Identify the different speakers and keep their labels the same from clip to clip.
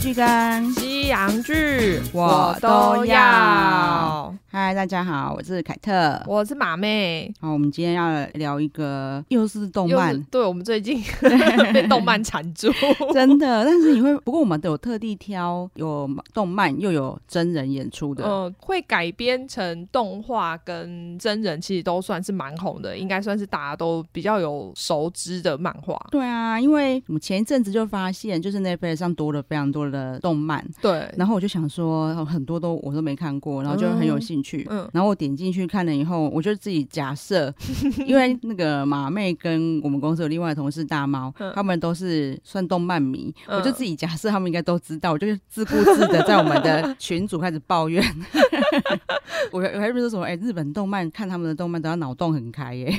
Speaker 1: 剧跟
Speaker 2: 西洋剧
Speaker 1: 我
Speaker 2: 我
Speaker 1: 都
Speaker 2: 都
Speaker 1: 要
Speaker 2: 要。
Speaker 1: 嗨，大家好，我是凯特。
Speaker 2: 我是马妹，
Speaker 1: 好，我们今天要聊一个又是动
Speaker 2: 又
Speaker 1: 漫
Speaker 2: 是， 对我们 最近被动漫缠住，
Speaker 1: 真的。但是你会，不过我们都有特地挑有动漫又有真人演出的。
Speaker 2: 嗯，会改编成动画跟真人，其实都算是蛮红的，应该算是大家都比较有熟知的漫画。
Speaker 1: 对啊，因为我们前一阵子就发现，就是 Netflix 上多了非常多的动漫，
Speaker 2: 对，
Speaker 1: 然后我就想说，哦很多都我都没看过，然后就很有兴趣。
Speaker 2: 嗯嗯
Speaker 1: 然后我点进去看了以后，我就自己假 设，因为那个马妹跟我们公司有另外的同事大猫，
Speaker 2: 嗯
Speaker 1: 他们都是算动漫迷，
Speaker 2: 嗯
Speaker 1: 我就自己假设他们应该都知道，我就自顾自的在我们的群组开始抱怨。 我我还不是说什么，哎、日本动漫看他们的动漫都要脑洞很开 耶、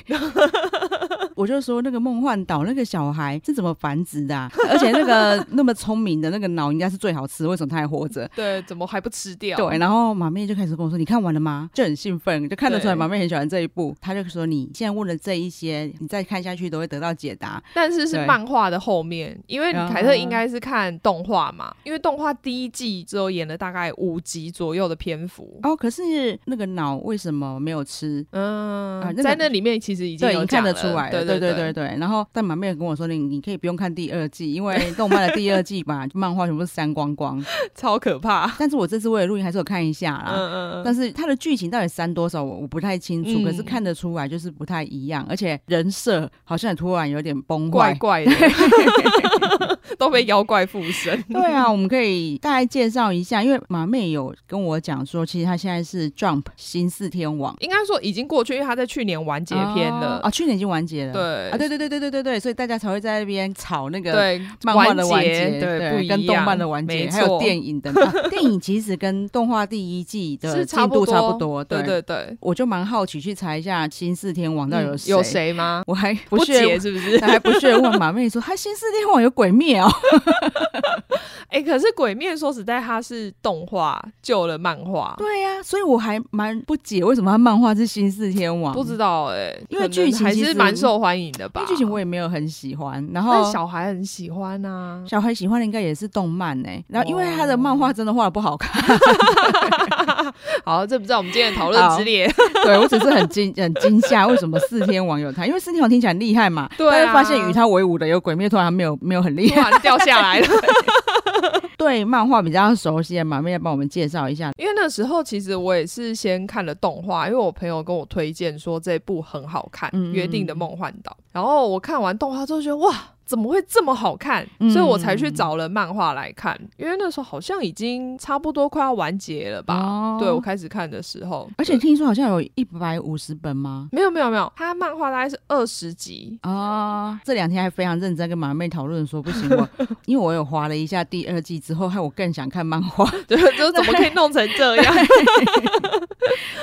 Speaker 1: 我就说那个梦幻岛那个小孩是怎么繁殖的啊、而且那个那么聪明的那个脑应该是最好吃，为什么他还活着？
Speaker 2: 对，怎么还不吃掉？
Speaker 1: 对，然后马妹就开始跟我说：“你看完了吗？”就很兴奋，就看得出来
Speaker 2: 对
Speaker 1: 马妹很喜欢这一部。她就说：“你现在问了这一些，你再看下去都会得到解答。
Speaker 2: 但是是
Speaker 1: 对
Speaker 2: 漫画的后面，因为
Speaker 1: 啊
Speaker 2: 凯特应该是看动画嘛，因为动画第一季只有演了大概五集左右的篇幅”。
Speaker 1: 哦，可是那个脑为什么没有吃？
Speaker 2: 嗯，
Speaker 1: 啊那个
Speaker 2: 在那里面其实已经
Speaker 1: 对，已
Speaker 2: 有
Speaker 1: 经看
Speaker 2: 讲
Speaker 1: 得
Speaker 2: 了
Speaker 1: 出来了。对
Speaker 2: 对对
Speaker 1: 对对。然后，但马妹也跟我说：“你你可以不用看第二季，因为动漫的第二季吧， 漫画全部删光光。
Speaker 2: 超可怕。”
Speaker 1: 但是我这次为了录音还是有看一下啦。
Speaker 2: 嗯嗯
Speaker 1: 但是它的剧情到底删多少，我我不太清楚，
Speaker 2: 嗯
Speaker 1: 可是看得出来就是不太一样，而且人设好像也突然有点崩
Speaker 2: 嗯，
Speaker 1: 坏
Speaker 2: 怪。怪的， 都被妖怪附身。
Speaker 1: 对啊，我们可以大概介绍一下，因为马妹有跟我讲说，其实她现在是 Jump 新四天王
Speaker 2: 应该说已经过去，因为他在去年完结篇
Speaker 1: 啊、
Speaker 2: 了
Speaker 1: 哦。去年已经完结了。
Speaker 2: 对
Speaker 1: 啊，对对对对对对对，所以大家才会在那边吵那个。
Speaker 2: 对，
Speaker 1: 漫画的完
Speaker 2: 结对不一样，
Speaker 1: 跟动漫的完结，
Speaker 2: 没
Speaker 1: 还有
Speaker 2: 错
Speaker 1: 电影的、啊电影其实跟动画第一季的
Speaker 2: 是
Speaker 1: 进度
Speaker 2: 不
Speaker 1: 差不多。
Speaker 2: 对对对，
Speaker 1: 我就蛮好奇去查一下新四天王到底有
Speaker 2: 嗯
Speaker 1: 谁、
Speaker 2: 有？谁吗？
Speaker 1: 我还
Speaker 2: 不
Speaker 1: 屑
Speaker 2: 解是不是？
Speaker 1: 还不屑问马妹说，他新四天王有鬼灭哦。
Speaker 2: 哎、可是《鬼面》说实在，它是动画救了漫画，
Speaker 1: 对呀、所以我还蛮不解为什么他漫画是新四天王，
Speaker 2: 不知道哎、
Speaker 1: 啊因为
Speaker 2: 可能
Speaker 1: 剧情
Speaker 2: 还
Speaker 1: 其实
Speaker 2: 是蛮受欢迎的
Speaker 1: 因
Speaker 2: 吧
Speaker 1: 为。剧情我也没有很喜欢，然后
Speaker 2: 但。小孩很喜欢啊。
Speaker 1: 小孩喜欢的应该也是动漫呢、然后因为
Speaker 2: 哦
Speaker 1: 他的漫画真的画的不好看，
Speaker 2: 好，这不知道我们今天的讨论之列。
Speaker 1: 对我只是很惊 很惊吓，为什么四天王有他？因为四天王听起来很厉害嘛，
Speaker 2: 对啊啊
Speaker 1: 但是发现与他为伍的有鬼灭，突然没有没有很厉
Speaker 2: 突
Speaker 1: 害。
Speaker 2: 然掉下来了，
Speaker 1: 对漫画比较熟悉的嘛，妹妹帮我们介绍一下。
Speaker 2: 因为那时候其实我也是先看了动画，因为我朋友跟我推荐说这部很好看，
Speaker 1: 嗯
Speaker 2: 约定的梦幻岛》。然后我看完动画之后觉得哇，怎么会这么好看？
Speaker 1: 嗯
Speaker 2: 所以我才去找了漫画来看，因为那时候好像已经差不多快要完结了吧？
Speaker 1: 哦
Speaker 2: 对我开始看的时候，
Speaker 1: 而且听说好像有一百五十本吗？
Speaker 2: 没有没有没有，他漫画大概是二十 集。
Speaker 1: 啊、这两天还非常认真跟马妹讨论说，不行， 我因为我有划了一下第二季之后，害我更想看漫画。
Speaker 2: 就就怎么可以弄成这样？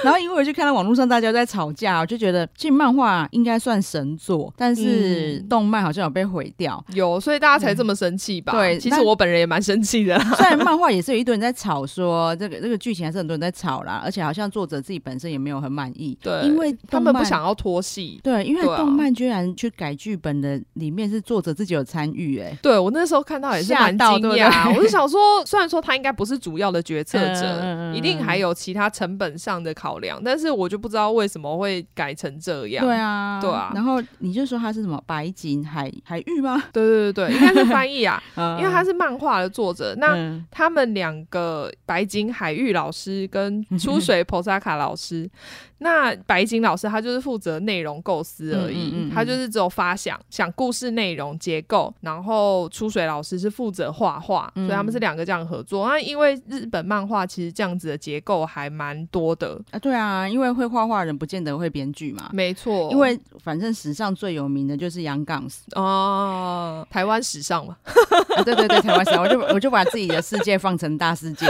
Speaker 1: 然后因为我就看到网络上大家在吵架，我就觉得其实漫画应该算神作，但是
Speaker 2: 嗯
Speaker 1: 动漫好像有被毁掉。
Speaker 2: 有，所以大家才这么生气吧？
Speaker 1: 嗯对
Speaker 2: 其
Speaker 1: 那
Speaker 2: 实我本人也蛮生气的啦。
Speaker 1: 虽然漫画也是有一堆人在吵说这个这个剧情还是很多人在吵啦，而且好像作者自己本身也没有很满意，
Speaker 2: 对
Speaker 1: 因为
Speaker 2: 他
Speaker 1: 动
Speaker 2: 们不
Speaker 1: 漫
Speaker 2: 想要拖戏。
Speaker 1: 对，因为
Speaker 2: 对啊
Speaker 1: 动漫居然去改剧本的里面是作者自己有参与、欸，
Speaker 2: 对我那时候看到也是
Speaker 1: 吓
Speaker 2: 蛮惊
Speaker 1: 到对不
Speaker 2: 讶，
Speaker 1: 对
Speaker 2: 我就想说，虽然说他应该不是主要的决策者，
Speaker 1: 嗯嗯嗯嗯
Speaker 2: 一定还有其他成本上的考量，但是我就不知道为什么会改成这样。
Speaker 1: 对啊，
Speaker 2: 对啊
Speaker 1: 然后你就说它是什么白锦海海域吗？
Speaker 2: 对对对对应该是翻译啊，
Speaker 1: 因
Speaker 2: 因为他是漫画的作者，那。
Speaker 1: 嗯
Speaker 2: 他们两个白井海玉老师跟出水普萨卡老师，那白井老师他就是负责内容构思而已，
Speaker 1: 嗯嗯嗯嗯
Speaker 2: 他就是只有发想想故事内容结构，然后出水老师是负责画画，
Speaker 1: 嗯
Speaker 2: 所以他们是两个这样合作。那因为日本漫画其实这样子的结构还蛮多的，
Speaker 1: 啊，对啊，因为会画画的人不见得会编剧嘛。
Speaker 2: 没错，
Speaker 1: 啊因为反正史上最有名的就是杨杠死，
Speaker 2: 哦、台湾史上嘛，
Speaker 1: 啊对对对，台湾史上，我就我就把自己的世界放成大世界。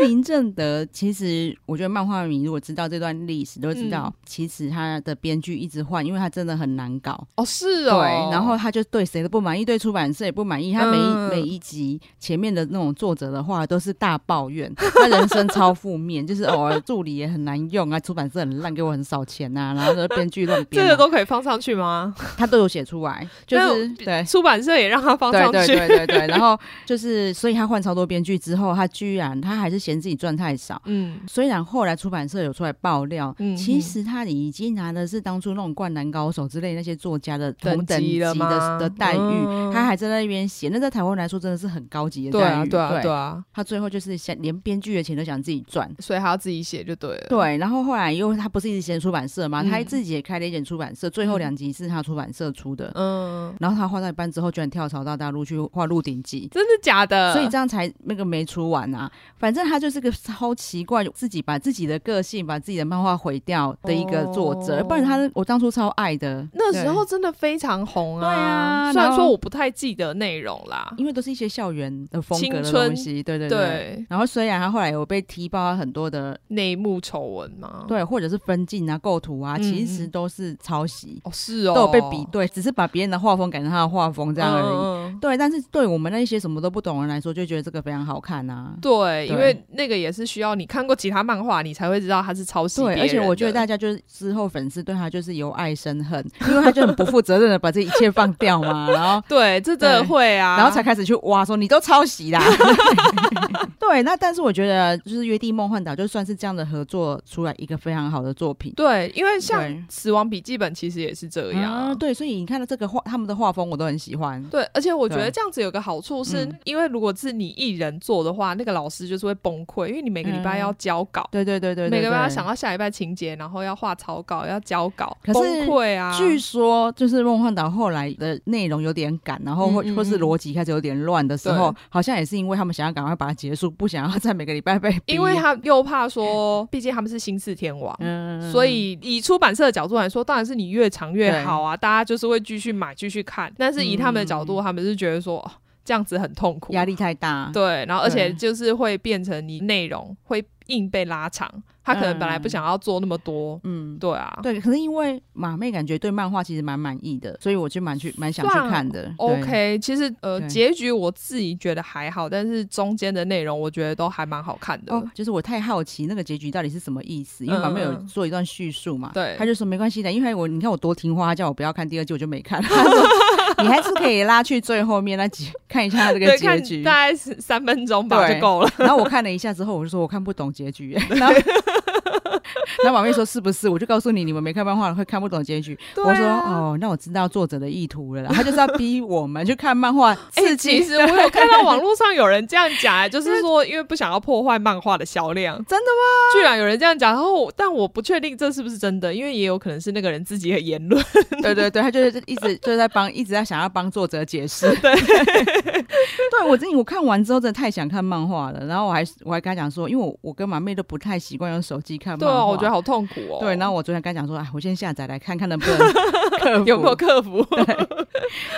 Speaker 1: 为林正德其实我觉得漫画迷如果知道这段历史，都会知道、
Speaker 2: 嗯
Speaker 1: 其实他的编剧一直换，因为他真的很难搞。
Speaker 2: 哦，是
Speaker 1: 对
Speaker 2: 哦，，
Speaker 1: 然后他就对谁都不满意，对出版社也不满意。他每一、
Speaker 2: 嗯
Speaker 1: 每一集前面的那种作者的话都是大抱怨， 他人生超负面，就是偶尔助理也很难用啊，出版社很烂，给我很少钱啊，然后呢编剧乱编
Speaker 2: 这
Speaker 1: 啊、
Speaker 2: 个都可以放上去吗？
Speaker 1: 他都有写出来，就是
Speaker 2: 那
Speaker 1: 对。
Speaker 2: 出版社也让他放
Speaker 1: 对
Speaker 2: 上
Speaker 1: 哎对
Speaker 2: 去，
Speaker 1: 对对对，然后就是，所以他换超多编剧之后，他居然他还是嫌自己赚太少，
Speaker 2: 嗯，
Speaker 1: 虽然后来出版社有出来爆料，
Speaker 2: 嗯
Speaker 1: 其实他已经拿的是当初那种《灌篮高手》之类那些作家的同等级
Speaker 2: 级了
Speaker 1: 的
Speaker 2: 吗
Speaker 1: 的待遇，
Speaker 2: 嗯
Speaker 1: 他还在那边写，那在台湾来说真的是很高级的
Speaker 2: 对
Speaker 1: 待
Speaker 2: 啊
Speaker 1: 遇。
Speaker 2: 对啊对啊，
Speaker 1: 他最后就是想连编剧的钱都想自己赚。
Speaker 2: 所以还要自己写就对了。
Speaker 1: 对，然后后来因为他不是一直写出版社嘛，
Speaker 2: 嗯
Speaker 1: 他自己也开了一间出版社，最后两集是他出版社出的。
Speaker 2: 嗯，
Speaker 1: 然后他画到一半之后，居然跳槽到大陆去画《鹿鼎记》，
Speaker 2: 真的假的？
Speaker 1: 所以这样才那个没出完啊。反正他就是个超奇怪，自己把自己的个性、把自己的漫画毁掉的一个作者。
Speaker 2: 哦
Speaker 1: 不然他我当初超爱的，
Speaker 2: 那时候真的非常红啊。
Speaker 1: 对啊
Speaker 2: 虽然
Speaker 1: 然
Speaker 2: 说
Speaker 1: 后
Speaker 2: 我不太记得内容啦
Speaker 1: 对，因为都是一些校园的风格
Speaker 2: 青
Speaker 1: 的
Speaker 2: 春
Speaker 1: 东西，对对对。
Speaker 2: 对
Speaker 1: 然后虽然他后来有被踢爆他很多的
Speaker 2: 内幕丑闻嘛。，
Speaker 1: 对，或者是分镜啊、构图啊，
Speaker 2: 嗯
Speaker 1: 其实都是抄袭，
Speaker 2: 哦是哦，
Speaker 1: 都有被比对，只是把别人的画风改成他的画风这样而已。
Speaker 2: 嗯嗯嗯
Speaker 1: 对，但是对我们那一些什么都不懂的人来说，就觉得这个非常好看啊。
Speaker 2: 对，
Speaker 1: 对
Speaker 2: 因为那个也是需要你看过其他漫画，你才会知道它是抄袭
Speaker 1: 对，
Speaker 2: 别人的。
Speaker 1: 而且我觉得大家就是之后粉丝对他就是由爱生恨，因为他就很不负责任的把这一切放掉嘛，然 后。
Speaker 2: 对，这真的
Speaker 1: 对
Speaker 2: 会啊，
Speaker 1: 然后才开始去挖说你都抄袭 啦，对。那但是我觉得就是《约定梦幻岛》就算是这样的合作出来一个非常好的作品，
Speaker 2: 对，因为像
Speaker 1: 对
Speaker 2: 《死亡笔记本》其实也是这样啊。
Speaker 1: 啊，对。所以你看到这个画，他们的画风我都很喜欢，
Speaker 2: 对，而且我觉得
Speaker 1: 对
Speaker 2: 这样子有个好处是，
Speaker 1: 嗯
Speaker 2: 因为如果是你一人做的话，那个老师就是会崩溃，因为你每个礼拜
Speaker 1: 嗯
Speaker 2: 要交稿，
Speaker 1: 对对对对对。
Speaker 2: 每个礼拜要
Speaker 1: 对
Speaker 2: 想到下礼拜情节，然后要画草稿，要交稿，
Speaker 1: 可是
Speaker 2: 崩溃啊！
Speaker 1: 据说就是《梦幻岛》后来的内容有点赶，然后或、
Speaker 2: 嗯嗯
Speaker 1: 或是
Speaker 2: 嗯
Speaker 1: 逻辑开始有点乱的时候，好像也是因为他们想要赶快把它结束，不想要在每个礼拜被逼
Speaker 2: 因为他又怕说，毕竟他们是新四天王。
Speaker 1: 嗯
Speaker 2: 所以以出版社的角度来说，当然是你越长越
Speaker 1: 对嗯
Speaker 2: 好啊，大家就是会继续买、继续看。但是以他们的角度，他们是觉得说、哦这样子很痛苦，
Speaker 1: 压力太大。
Speaker 2: 对，然后而且
Speaker 1: 对
Speaker 2: 就是会变成你内容会硬被拉长，他可能本来不想要做那么多，
Speaker 1: 嗯，
Speaker 2: 对啊，
Speaker 1: 对。可是因为马妹感觉对漫画其实蛮满意的，所以我就蛮去蛮想去
Speaker 2: 算
Speaker 1: 看的。对
Speaker 2: OK，其实呃，
Speaker 1: 对
Speaker 2: 结局我自己觉得还好，但是中间的内容我觉得都还蛮好看的。
Speaker 1: 哦，就是我太好奇那个结局到底是什么意思，因为
Speaker 2: 嗯
Speaker 1: 马妹有
Speaker 2: 嗯
Speaker 1: 做一段叙述嘛，
Speaker 2: 对
Speaker 1: 他就说没关系的，因为我你看我多听话，他叫我不要看第二季，我就没 看。他说你还是可以拉去最后面那几看一下他这个
Speaker 2: 对，
Speaker 1: 结
Speaker 2: 看
Speaker 1: 局，
Speaker 2: 大概是三分钟吧
Speaker 1: 对
Speaker 2: 就够了。
Speaker 1: 然后我看了一下之后，我就说我看不懂结局。 然 后，然后马妹说是不是？我就告诉你，你们没看漫画会看不懂结局。
Speaker 2: 对啊
Speaker 1: 我说哦，那我知道作者的意图了啦，他就是要逼我们去看漫 画
Speaker 2: 哎、
Speaker 1: 刺激。
Speaker 2: 其实我有看到网络上有人这样讲、 哎，就是说因为不想要破坏漫画的销量，
Speaker 1: 真的吗？
Speaker 2: 居然有人这样讲。然后，但我不确定这是不是真的，因为也有可能是那个人自己的言论。
Speaker 1: 对对对，他就是一直 就是在帮，一直在想要帮作者解释。
Speaker 2: 对
Speaker 1: 对我真的我看完之后真的太想看漫画了，然后我还我还跟他讲说，因为我我跟马妹都不太习惯用手机看
Speaker 2: 对
Speaker 1: 漫画，
Speaker 2: 啊，我觉得好痛苦哦。
Speaker 1: 对。然后我昨天跟他讲说，哎，我先下载来看看能不 能克服
Speaker 2: 有没有克服？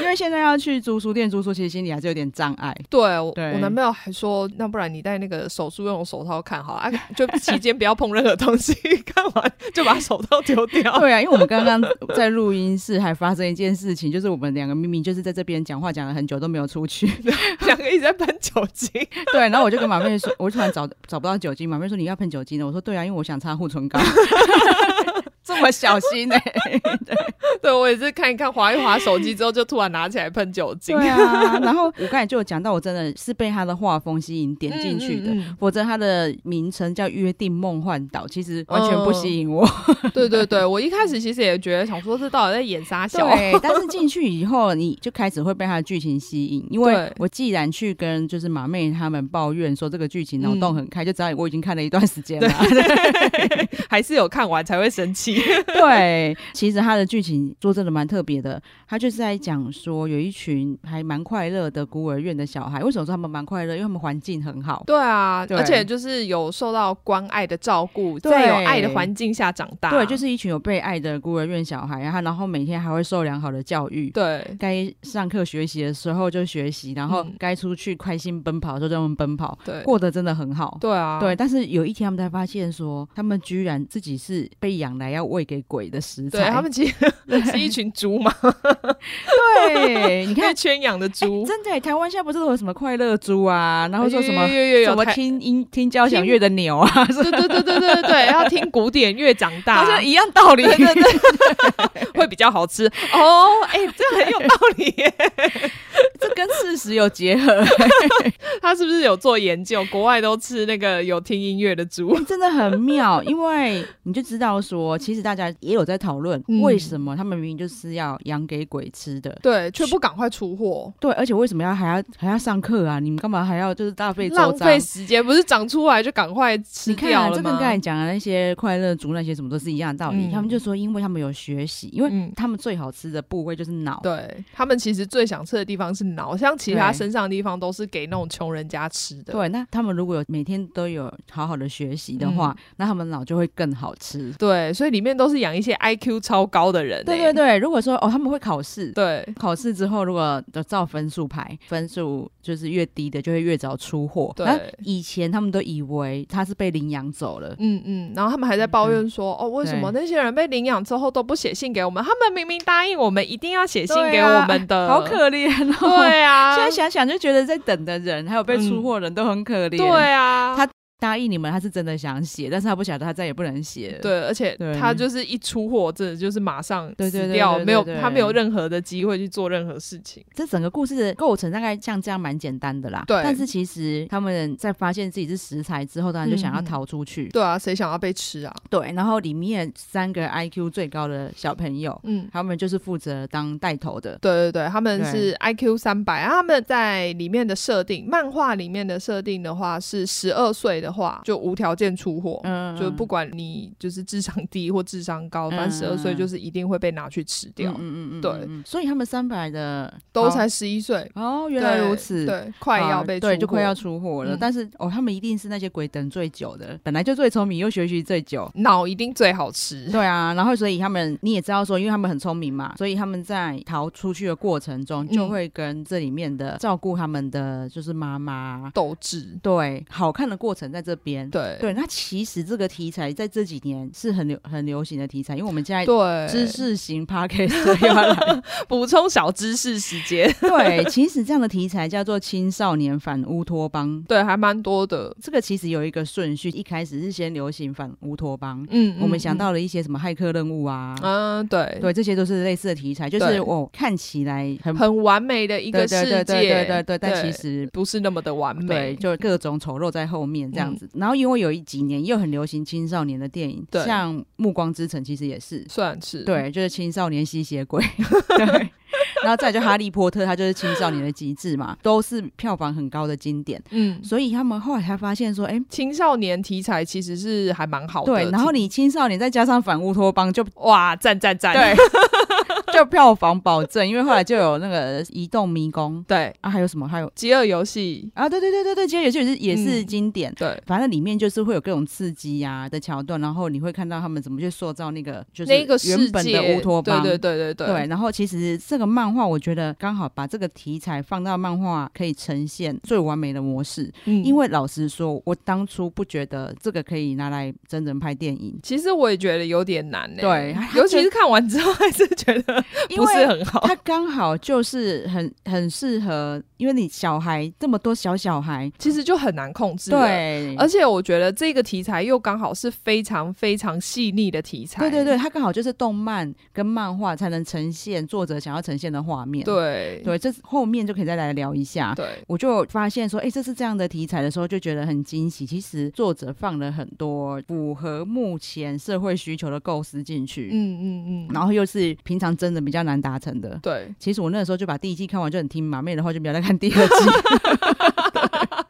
Speaker 1: 因为现在要去租书店租书，其实心里还是有点障碍。
Speaker 2: 对，我
Speaker 1: 对
Speaker 2: 我男朋友还说，那不然你戴那个手术用手套看好了，啊、 就期间不要碰任何东西，看完就把手套丢掉。
Speaker 1: 对啊，因为我们刚刚在录音室还发生一件事情，就是我们两个明明就是在这边讲话讲了很久都没有出 去。
Speaker 2: 两个一直在喷酒 精，
Speaker 1: 对，然后我就跟马妹说，我突然找找不到酒精，马妹说你要喷酒精的，我说对啊，因为我想擦护唇膏。 这么小心欸呢、
Speaker 2: 对我也是看一看，划一划手机之后，就突然拿起来喷酒精。
Speaker 1: 对啊，然后我刚才就有讲到，我真的是被他的画风吸引点进去的。
Speaker 2: 嗯嗯
Speaker 1: 否则它的名称叫《约定梦幻岛》，其实完全不吸引我。
Speaker 2: 嗯对对对，我一开始其实也觉得想说，这到底在演啥小？
Speaker 1: 对，但是进去以后，你就开始会被它的剧情吸引，因为
Speaker 2: 对
Speaker 1: 我既然去跟就是马妹他们抱怨说这个剧
Speaker 2: 嗯
Speaker 1: 情脑洞很开，就知道我已经看了一段时间了。
Speaker 2: 还是有看完才会生气。力。
Speaker 1: 对，其实他的剧情做真的蛮特别的，他就是在讲说有一群还蛮快乐的孤儿院的小孩，为什么说他们蛮快乐？因为他们环境很好。
Speaker 2: 对 啊，
Speaker 1: 对
Speaker 2: 而且就是有受到关爱的照顾，在有爱的环境下长大。
Speaker 1: 对，就是一群有被爱的孤儿院小孩，然后然后每天还会受良好的教育，
Speaker 2: 对
Speaker 1: 该上课学习的时候就学习，然后
Speaker 2: 嗯
Speaker 1: 该出去开心奔跑的时候就让他们奔跑，
Speaker 2: 对
Speaker 1: 过得真的很好。
Speaker 2: 对啊，
Speaker 1: 对，但是有一天他们才发现说，他们居然自己是被养来要喂给鬼的食材。
Speaker 2: 对，他们其实 是一群猪嘛，
Speaker 1: 对，你看哎
Speaker 2: 被圈养的猪。
Speaker 1: 真的耶，台湾现在不是都有什么快乐猪啊，然后说什么
Speaker 2: 有有有有
Speaker 1: 什么
Speaker 2: 台
Speaker 1: 听音听交响乐的鸟啊，
Speaker 2: 对对对对对对，要听古典乐长大，
Speaker 1: 好像一样道理。
Speaker 2: 对对对，会比较好吃哦。哎、这很有道理耶。
Speaker 1: 这跟事实有结合，
Speaker 2: 他是不是有做研究？国外都吃那个有听音乐的猪。
Speaker 1: 哎真的很妙。因为你就知道说，其实大家也有在讨论
Speaker 2: 嗯
Speaker 1: 为什么他们明明就是要养给鬼吃的。
Speaker 2: 对，却不赶快出货，
Speaker 1: 对，而且为什么要还要还要上课啊？你们干嘛还要就是大费周
Speaker 2: 浪
Speaker 1: 章啊
Speaker 2: 费？时间，不是长出来就赶快吃
Speaker 1: 你看、啊，
Speaker 2: 掉了
Speaker 1: 这跟
Speaker 2: 吗？
Speaker 1: 刚才讲的那些快乐族那些什么都是一样的道理。
Speaker 2: 嗯
Speaker 1: 他们就说，因为他们有学习，因为
Speaker 2: 嗯
Speaker 1: 他们最好吃的部位就是脑。
Speaker 2: 对他们其实最想吃的地方是脑，像其他
Speaker 1: 对
Speaker 2: 身上的地方都是给那种穷人家吃的。
Speaker 1: 对，那他们如果有每天都有好好的学习的
Speaker 2: 嗯
Speaker 1: 话，那他们脑就会更好吃。
Speaker 2: 对，所以里面都是养一些 IQ 超高的人、欸。
Speaker 1: 对对对，如果说哦他们会考试，
Speaker 2: 对
Speaker 1: 考试之后如果都照分数排，分数就是越低的就会越早出货。
Speaker 2: 对
Speaker 1: 那以前他们都以为他是被领养走了。
Speaker 2: 嗯嗯，然后他们还在抱怨
Speaker 1: 嗯
Speaker 2: 说，哦，为什么那些人被领养之后都不写信给我们？他们明明答应我们一定要写信给我们的，
Speaker 1: 对啊 好 可怜哦！
Speaker 2: 对啊，
Speaker 1: 现在想想就觉得在等的人，还有被出
Speaker 2: 嗯
Speaker 1: 货的人都很可怜。
Speaker 2: 对啊，
Speaker 1: 他答应你们，他是真的想写，但是他不晓得他再也不能写了。
Speaker 2: 对，而且
Speaker 1: 对
Speaker 2: 他就是一出货，真的就是马上
Speaker 1: 对对
Speaker 2: 死
Speaker 1: 对
Speaker 2: 掉，
Speaker 1: 对对
Speaker 2: 没有
Speaker 1: 对
Speaker 2: 他没有任何的机会去做任何事情。
Speaker 1: 这整个故事的构成大概像这样蛮简单的啦。
Speaker 2: 对
Speaker 1: 但是其实他们在发现自己是食材之后，当然就
Speaker 2: 嗯
Speaker 1: 想要逃出去。
Speaker 2: 对啊，谁想要被吃啊？
Speaker 1: 对，然后里面三个 IQ 最高的小朋友，
Speaker 2: 嗯。
Speaker 1: 他们就是负责当带头的。
Speaker 2: 对对对，他们
Speaker 1: 对
Speaker 2: 是 I Q 三百，他们在里面的设定，漫画里面的设定的话是十二岁的话就无条件出货，
Speaker 1: 嗯
Speaker 2: 就不管你就是智商低或智商高，反正十
Speaker 1: 嗯
Speaker 2: 二
Speaker 1: 嗯
Speaker 2: 岁就是一定会被拿去吃掉，
Speaker 1: 嗯嗯嗯，
Speaker 2: 对
Speaker 1: 嗯所以他们三百的
Speaker 2: 都才十一岁，
Speaker 1: 哦，原来
Speaker 2: 对
Speaker 1: 如此。
Speaker 2: 对，快要被
Speaker 1: 啊
Speaker 2: 出
Speaker 1: 对，就快
Speaker 2: 货
Speaker 1: 要出货了，
Speaker 2: 嗯
Speaker 1: 但是哦，他们一定是那些鬼等最久的，本来就最聪明，又学习最久，
Speaker 2: 脑一定最好 吃，
Speaker 1: 对啊，然后所以他们你也知道说，因为他们很聪明嘛，所以他们在逃出去的过程中，
Speaker 2: 嗯
Speaker 1: 就会跟这里面的照顾他们的就是妈妈，
Speaker 2: 斗志，
Speaker 1: 对，好看的过程在这边。
Speaker 2: 对
Speaker 1: 对，那其实这个题材在这几年是很流很流行的题材，因为我们现在
Speaker 2: 对，
Speaker 1: 知识型 p o c a s t 要来。
Speaker 2: 补充小知识时间，
Speaker 1: 对，其实这样的题材叫做青少年反乌托邦。
Speaker 2: 对，还蛮多的。
Speaker 1: 这个其实有一个顺序，一开始是先流行反乌托邦，
Speaker 2: 嗯
Speaker 1: 我们想，到了一些什么骇客任务啊，
Speaker 2: 嗯，嗯对，
Speaker 1: 对，这些都是类似的题材，就是
Speaker 2: 对
Speaker 1: 我看起来很
Speaker 2: 很完美的一
Speaker 1: 一
Speaker 2: 个世
Speaker 1: 对
Speaker 2: 界，
Speaker 1: 对对对对，但其实。
Speaker 2: 不是那么的完
Speaker 1: 对，
Speaker 2: 美。
Speaker 1: 就各种丑陋在后面这样子。然后因为有一几年又很流行青少年的电影，
Speaker 2: 嗯对
Speaker 1: 像《暮光之城》其实也是，
Speaker 2: 算是，
Speaker 1: 对，就是青少年吸血 鬼。对，然后再就《哈利波特》，它就是青少年的极致嘛，都是票房很高的经典。
Speaker 2: 嗯，
Speaker 1: 所以他们后来才发现说，哎、
Speaker 2: 青少年题材其实是还蛮好的。
Speaker 1: 对，然后你青少年再加上反乌托邦，就
Speaker 2: 哇，赞赞赞，
Speaker 1: 对， 就票房保证。因为后来就有那个移动迷宫，
Speaker 2: 对，
Speaker 1: 啊，还有什么？还有
Speaker 2: 饥饿游戏，
Speaker 1: 啊，对对对对对，其实也是也是也是
Speaker 2: 嗯
Speaker 1: 经典。
Speaker 2: 对，
Speaker 1: 反正里面就是会有各种刺激呀、的桥段，然后你会看到他们怎么去塑造那个就是
Speaker 2: 那个世
Speaker 1: 原本的
Speaker 2: 界，
Speaker 1: 乌托邦。
Speaker 2: 对对对对
Speaker 1: 对，然后其实这个漫画，我觉得刚好把这个题材放到漫画可以呈现最完美的模式。
Speaker 2: 嗯
Speaker 1: 因为老实说，我当初不觉得这个可以拿来真人拍电 影，
Speaker 2: 其实我也觉得有点难呢、
Speaker 1: 对哎
Speaker 2: 尤其是看完之后，还是觉得
Speaker 1: 因
Speaker 2: 不是
Speaker 1: 为
Speaker 2: 很好。
Speaker 1: 它刚好就是很很适合，因为你小孩这么多小小孩，
Speaker 2: 其实就很难控制了，
Speaker 1: 对，
Speaker 2: 而且我觉得这个题材又刚好是非常非常细腻的题材，
Speaker 1: 对对对，它刚好就是动漫跟漫画才能呈现作者想要呈现的画面。
Speaker 2: 对
Speaker 1: 对，啊这是后面就可以再来聊一下。
Speaker 2: 对
Speaker 1: 我就发现说，哎、这是这样的题材的时候，就觉得很惊喜。其实作者放了很多符合目前社会需求的构思进去，
Speaker 2: 嗯嗯嗯，
Speaker 1: 然后又是平常真的比较难达成的。
Speaker 2: 对
Speaker 1: 其实我那个时候就把第一季看完，就很听马妹的话，就不要再看第二季。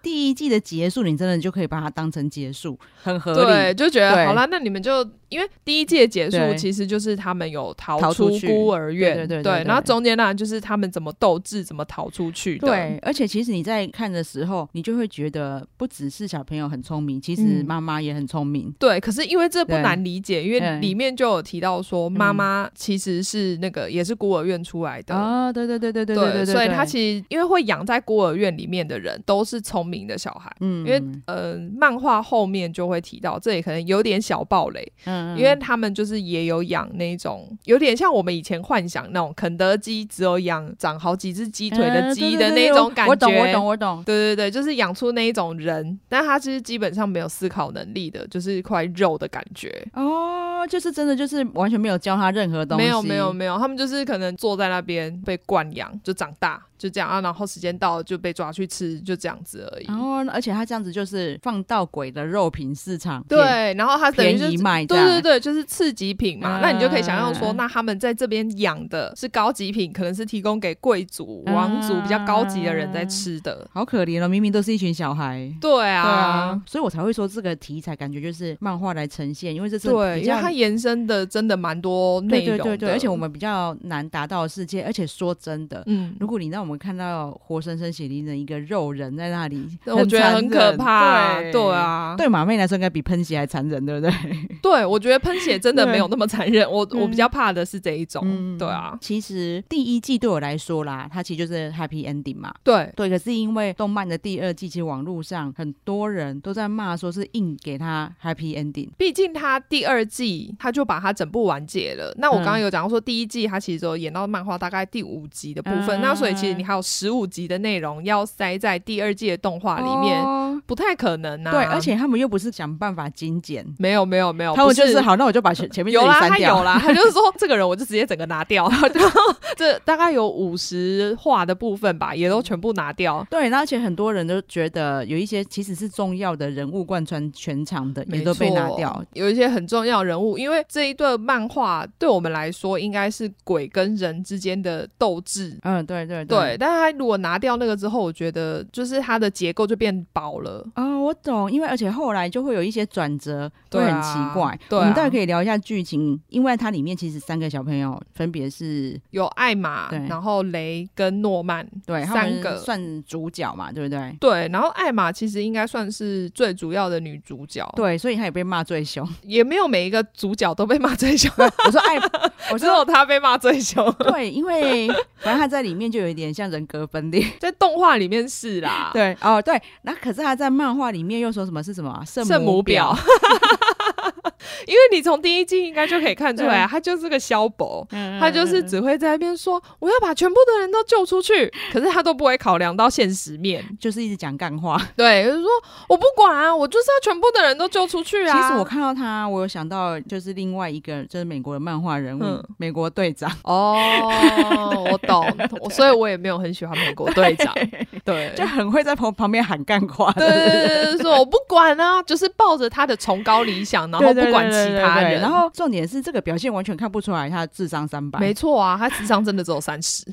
Speaker 1: 第一季的结束，你真的就可以把它当成结束，很合
Speaker 2: 对，
Speaker 1: 理。
Speaker 2: 就觉得
Speaker 1: 对
Speaker 2: 好啦，那你们就因为第一届结束，
Speaker 1: 对
Speaker 2: 其实就是他们有逃
Speaker 1: 逃
Speaker 2: 出
Speaker 1: 出去
Speaker 2: 孤儿院，
Speaker 1: 对对对对对
Speaker 2: 然后中间当然就是他们怎么斗智，怎么逃出去的，
Speaker 1: 对，而且其实你在看的时候，你就会觉得不只是小朋友很聪明，其实
Speaker 2: 嗯
Speaker 1: 妈妈也很聪明。
Speaker 2: 对，可是因为这不
Speaker 1: 对
Speaker 2: 难理解，因为
Speaker 1: 对嗯
Speaker 2: 里面就有提到说，妈妈其实是那个也是孤儿院出来的。
Speaker 1: 啊、对对对对对对对，
Speaker 2: 所以他其实因为会养在孤儿院里面的人都是聪明的小孩，
Speaker 1: 嗯，
Speaker 2: 因为呃，漫画后面就会提到，这也可能有点小暴雷，
Speaker 1: 嗯，
Speaker 2: 因为他们就是也有养那种有点像我们以前幻想那种肯德基只有养长好几只鸡
Speaker 1: 鸡
Speaker 2: 腿的鸡的那种感觉，
Speaker 1: 我懂我懂我懂，
Speaker 2: 对对对，就是养出那一种人，但他其实基本上没有思考能力的，就是一块肉的感觉。
Speaker 1: 哦，就是真的就是完全没有教他任何东西，
Speaker 2: 没有没有没有，他们就是可能坐在那边被惯养，就长大就这样啊，然后时间到了就被抓去吃，就这样子而已。
Speaker 1: 然后，哦而且他这样子就是放到鬼的肉品市场，，
Speaker 2: 对，然后他等于
Speaker 1: 便
Speaker 2: 就
Speaker 1: 宜
Speaker 2: 是
Speaker 1: 卖这
Speaker 2: 对
Speaker 1: 样，
Speaker 2: 对对，就是次级品嘛。
Speaker 1: 嗯
Speaker 2: 那你就可以想象说，
Speaker 1: 嗯
Speaker 2: 那他们在这边养的是高级品，可能是提供给贵族、
Speaker 1: 嗯
Speaker 2: 王族比较高级的人在吃的。
Speaker 1: 好可怜哦，明明都是一群小孩。
Speaker 2: 对
Speaker 1: 对
Speaker 2: 啊
Speaker 1: 啊，，所以我才会说这个题材感觉就是漫画来呈现，因为这是
Speaker 2: 对，
Speaker 1: 比
Speaker 2: 因为
Speaker 1: 较
Speaker 2: 它延伸的真的蛮多
Speaker 1: 对
Speaker 2: 内容
Speaker 1: 对
Speaker 2: 的，
Speaker 1: 对对，而且我们比较难达到的世界。而且说真的，
Speaker 2: 嗯，
Speaker 1: 如果你让我们看到活生生血淋淋的一个肉人在那里，
Speaker 2: 我觉得
Speaker 1: 残
Speaker 2: 很可
Speaker 1: 忍
Speaker 2: 怕。哦
Speaker 1: 对
Speaker 2: 对，啊，
Speaker 1: 对马妹来说应该比喷血还残忍，对不对？
Speaker 2: 对，我觉得喷血真的没有那么残忍，我我
Speaker 1: 嗯
Speaker 2: 比较怕的是这一种，
Speaker 1: 嗯
Speaker 2: 对啊，
Speaker 1: 其实第一季对我来说啦，它其实就是 happy ending 嘛。
Speaker 2: 对。
Speaker 1: 对，可是因为动漫的第二季，其实网络上很多人都在骂，说是硬给他 happy ending。
Speaker 2: 毕竟他第二季他就把它整部完结了。那我刚刚
Speaker 1: 嗯
Speaker 2: 有讲到说，第一季他其实只有演到漫画大概第五集的部分，
Speaker 1: 嗯
Speaker 2: 那所以其实你还有十五集的内容要塞在第二季的动画啊里面，
Speaker 1: 哦
Speaker 2: 不太可能啊。
Speaker 1: 对，而且他们又不是想办法精简，
Speaker 2: 没有没有没有，
Speaker 1: 他们就
Speaker 2: 哦不
Speaker 1: 是好，那我就把前前面这
Speaker 2: 有
Speaker 1: 里
Speaker 2: 啦，
Speaker 1: 删
Speaker 2: 他
Speaker 1: 掉
Speaker 2: 有啦，他 就是说这个人我就直接整个拿掉， 然后这大概有五十话的部分吧，也
Speaker 1: 嗯
Speaker 2: 都全部拿掉。
Speaker 1: 对，那而且很多人都觉得有一些其实是重要的人物贯穿全场的，也
Speaker 2: 没
Speaker 1: 都被拿
Speaker 2: 错
Speaker 1: 掉。，
Speaker 2: 有一些很重要的人物，因为这一段漫画对我们来说应该是鬼跟人之间的斗志。
Speaker 1: 嗯，对对
Speaker 2: 对，。但是他如果拿掉那个之后，我觉得就是它的结构就变薄了。
Speaker 1: 哦，我懂，因为而且后来就会有一些转折，
Speaker 2: 对
Speaker 1: 会
Speaker 2: 啊
Speaker 1: 很奇怪。
Speaker 2: 对啊
Speaker 1: 我们待会可以聊一下剧情，因为它里面其实三个小朋友分别是
Speaker 2: 有艾玛
Speaker 1: 对，
Speaker 2: 然后雷跟诺曼，
Speaker 1: 对他
Speaker 2: 三
Speaker 1: 们
Speaker 2: 个哦
Speaker 1: 算主角嘛，对不对？
Speaker 2: 对，然后艾玛其实应该算是最主要的女主角，，
Speaker 1: 对，所以他也被骂最凶。
Speaker 2: 也没有每一个主角都被骂最凶，
Speaker 1: 我说 哎，我
Speaker 2: 只
Speaker 1: 说
Speaker 2: 有她被骂最凶，
Speaker 1: 对，因为反正他在里面就有一点像人格分 裂。
Speaker 2: 在动画里面是 啦，，
Speaker 1: 对，哦对，那可是他在漫画里面又说什么是什么啊圣
Speaker 2: 圣母
Speaker 1: 表
Speaker 2: 表？。因为你从第一季应该就可以看出来，
Speaker 1: 对
Speaker 2: 她就是个萧伯，
Speaker 1: 他
Speaker 2: 她就是只会在那边说我要把全部的人都救出去，可是她都不会考量到现实面。
Speaker 1: 就是一直讲干话。
Speaker 2: 对，就是说我不管啊，我就是要全部的人都救出去啊。
Speaker 1: 其实我看到他，我有想到就是另外一个就是美国的漫画人物，
Speaker 2: 嗯
Speaker 1: 美国队长。
Speaker 2: 哦，我懂，我所以我也没有很喜欢美国队长。对，
Speaker 1: 就很会在旁旁边喊干话
Speaker 2: 对
Speaker 1: 的。
Speaker 2: 对对对对，说我不管啊，就是抱着他的崇高理想，然后
Speaker 1: 对
Speaker 2: 不管其他
Speaker 1: 对对对对
Speaker 2: 人。
Speaker 1: 对然后重点是这个表现完全看不出来他智商三百。
Speaker 2: 没错啊，他智商真的只有三十，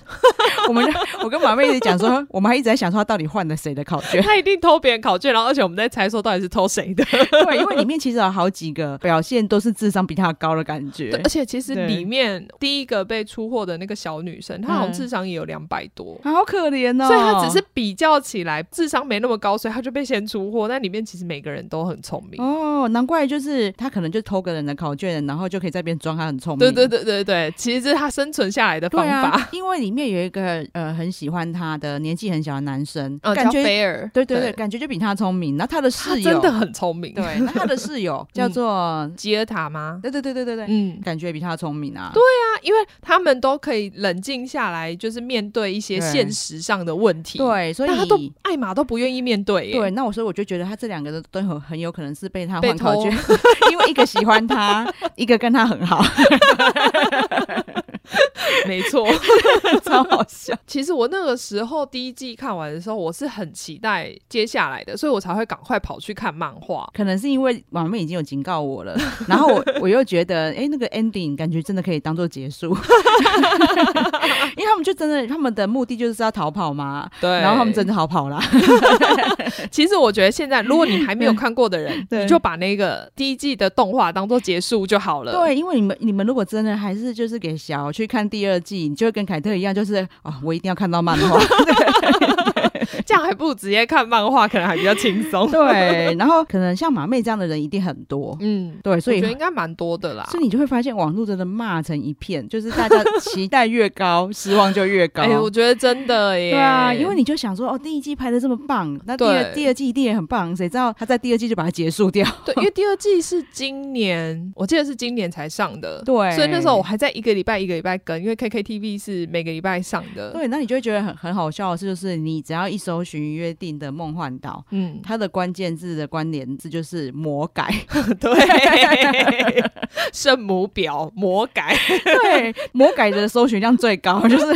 Speaker 1: 我们就我跟马妹一直讲说，我们还一直在想说他到底换了谁的考卷。
Speaker 2: 他一定偷别人考卷，然后而且我们在猜说到底是偷谁的。
Speaker 1: 对，因为里面其实有好几个表现都是智商比他高的感
Speaker 2: 对
Speaker 1: 觉
Speaker 2: 而。且其实
Speaker 1: 对
Speaker 2: 里面第一个被出货的那个小女生，她好
Speaker 1: 嗯
Speaker 2: 像智商也有两百 多。
Speaker 1: 好可怜哦！
Speaker 2: 所以他只是比较起来，智商没那么高，所以他就被先出货。但里面其实每个人都很聪明。
Speaker 1: 哦，难怪就是他可能就偷个人的考卷，然后就可以在那边装他很聪明。
Speaker 2: 对对对对对，其实这是他生存下来的方
Speaker 1: 对
Speaker 2: 法。
Speaker 1: 啊，因为里面有一个呃很喜欢他的年纪很小的男生，
Speaker 2: 嗯，
Speaker 1: 啊感
Speaker 2: 叫
Speaker 1: 觉
Speaker 2: 菲尔，
Speaker 1: 对对对，，感觉就比他聪明。然后他的
Speaker 2: 他
Speaker 1: 室友
Speaker 2: 真的很聪明。
Speaker 1: 对，那他的室 友叫做
Speaker 2: 吉尔塔吗？
Speaker 1: 对对对对对对，
Speaker 2: 嗯，
Speaker 1: 感觉比他聪明啊。
Speaker 2: 那因为他们都可以冷静下来，就是面对一些
Speaker 1: 对
Speaker 2: 现实上的问题。，
Speaker 1: 对，所
Speaker 2: 但他都
Speaker 1: 以
Speaker 2: 艾玛都不愿意面对耶。
Speaker 1: 对，那我所以我就觉得他这两个都都很很有可能是被他
Speaker 2: 被
Speaker 1: 换考
Speaker 2: 偷
Speaker 1: 卷，因为一个喜欢他，一个跟他很好。
Speaker 2: 没错。
Speaker 1: 超好笑。
Speaker 2: 其实我那个时候第一季看完的时候，我是很期待接下来的，所以我才会赶快跑去看漫画。
Speaker 1: 可能是因为网妹已经有警告我了， 然后我我又觉得，哎、那个 ending 感觉真的可以当做结束， 因为他们就真的他们的目的就是要逃跑嘛，
Speaker 2: 对，
Speaker 1: 然后他们真的逃跑啦。
Speaker 2: 其实我觉得现在，如果你还没有看过的人，
Speaker 1: 嗯对
Speaker 2: 你就把那个第一季的动画当做结束就好了。
Speaker 1: 对，因为你们你们如果真的还是就是给小去看第二季，你就会跟凯特一样，就是哦，我一定要看到漫 画。
Speaker 2: 对，这样还不如直接看漫画，可能还比较轻松。
Speaker 1: 对，然后可能像马妹这样的人一定很多，
Speaker 2: 嗯，
Speaker 1: 对，所
Speaker 2: 我
Speaker 1: 以
Speaker 2: 觉得应该蛮多的啦。
Speaker 1: 所以你就会发现网络真的骂成一片，就是大家期待越高， 失望就越高。
Speaker 2: 哎、我觉得真的耶。
Speaker 1: 对啊，因为你就想说，哦，第一季拍的这么棒，那第二
Speaker 2: 对
Speaker 1: 第二季一定也很棒，谁知道他在第二季就把它结束掉？
Speaker 2: 对，因为第二季是今年，我记得是今年才上的。
Speaker 1: 对
Speaker 2: 所以那时候我还在一个礼拜一个礼拜更，因为 KKTV 是每个礼拜上的。，
Speaker 1: 对，那你就会觉得很很好笑的是，就是你只要一搜寻约定的梦幻岛，
Speaker 2: 嗯，
Speaker 1: 它的关键字的关联字就是魔改，
Speaker 2: 对，圣母婊魔改，
Speaker 1: 对，魔改的搜寻量最高，就是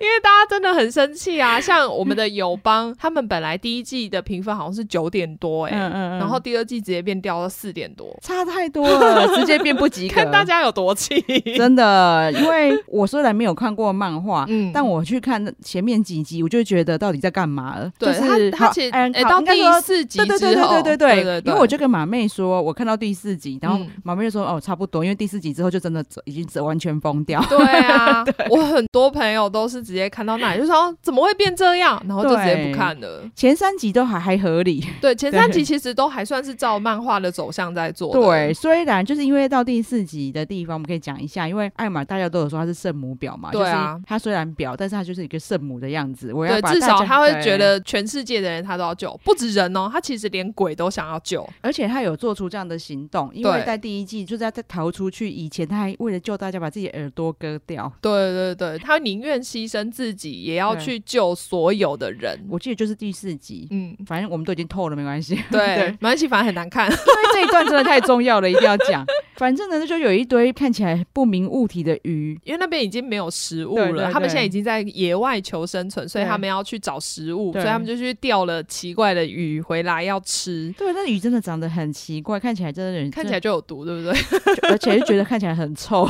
Speaker 2: 因为大家真的很生气啊。像我们的友邦，他们本来第一季的评分好像是九点多、哎、
Speaker 1: 嗯
Speaker 2: 然后第二季直接变掉到四点多，
Speaker 1: 差太多了，直接变不及
Speaker 2: 你
Speaker 1: 格。
Speaker 2: 看大家有多气。
Speaker 1: 真的，因为我虽然没有看过漫画，
Speaker 2: 嗯
Speaker 1: 但我去看前面几集，我就觉得到底在干嘛了。
Speaker 2: 对
Speaker 1: 就是
Speaker 2: 他，他其实
Speaker 1: 好
Speaker 2: 哎、
Speaker 1: 嗯好
Speaker 2: 到
Speaker 1: 应该
Speaker 2: 第
Speaker 1: 说
Speaker 2: 四集
Speaker 1: 对对对
Speaker 2: 之后，
Speaker 1: 对对
Speaker 2: 哦对
Speaker 1: 对因为我就跟马妹说，我看到第四集，然后
Speaker 2: 嗯
Speaker 1: 马妹就说：“哦，差不多，因为第四集之后就真的走已经走完全疯掉。
Speaker 2: 对 啊，我很多朋友都是直接看到那里就说哦怎么会变这样，然后就直接不看了。
Speaker 1: 前三集都还还合理，
Speaker 2: 对，前三
Speaker 1: 对
Speaker 2: 集其实都还算是照漫画的走向在做的。
Speaker 1: 对。虽然就是因为到第四集的地方，我们可以讲一下，因为艾玛大家都有说她是圣母婊嘛，
Speaker 2: 对啊
Speaker 1: 就是她虽然婊，但是她就是一个圣母的样子。我要
Speaker 2: 对，
Speaker 1: 把
Speaker 2: 至
Speaker 1: 大
Speaker 2: 少
Speaker 1: 家
Speaker 2: 他会
Speaker 1: 对
Speaker 2: 觉得全世界的人他都要救，不止人哦，他其实连鬼都想要救。
Speaker 1: 而且他有做出这样的行动，因为
Speaker 2: 对
Speaker 1: 在第一季就是他在逃出去以前，他还为了救大家把自己的耳朵割掉。
Speaker 2: 对对对，他宁愿牺牲自己，也要
Speaker 1: 对
Speaker 2: 去救所有的人。
Speaker 1: 我记得就是第四集，
Speaker 2: 嗯，
Speaker 1: 反正我们都已经透了，没关系。因 对
Speaker 2: 对，没关系，反正很难看。
Speaker 1: 为这一段真的太重要了，一定要讲。 反正呢，就有一堆看起来不明物体的鱼，
Speaker 2: 因为那边已经没有食物了，
Speaker 1: 对对对
Speaker 2: 他们现在已经在野外求生存，所以
Speaker 1: 对
Speaker 2: 他们要去找食物，
Speaker 1: 对
Speaker 2: 所以他们就去钓了奇怪的鱼回来要吃，
Speaker 1: 对，那鱼真的长得很奇怪，看起来真的人
Speaker 2: 看起来，就有毒，对不对？
Speaker 1: 真的而且就觉得看起来很臭。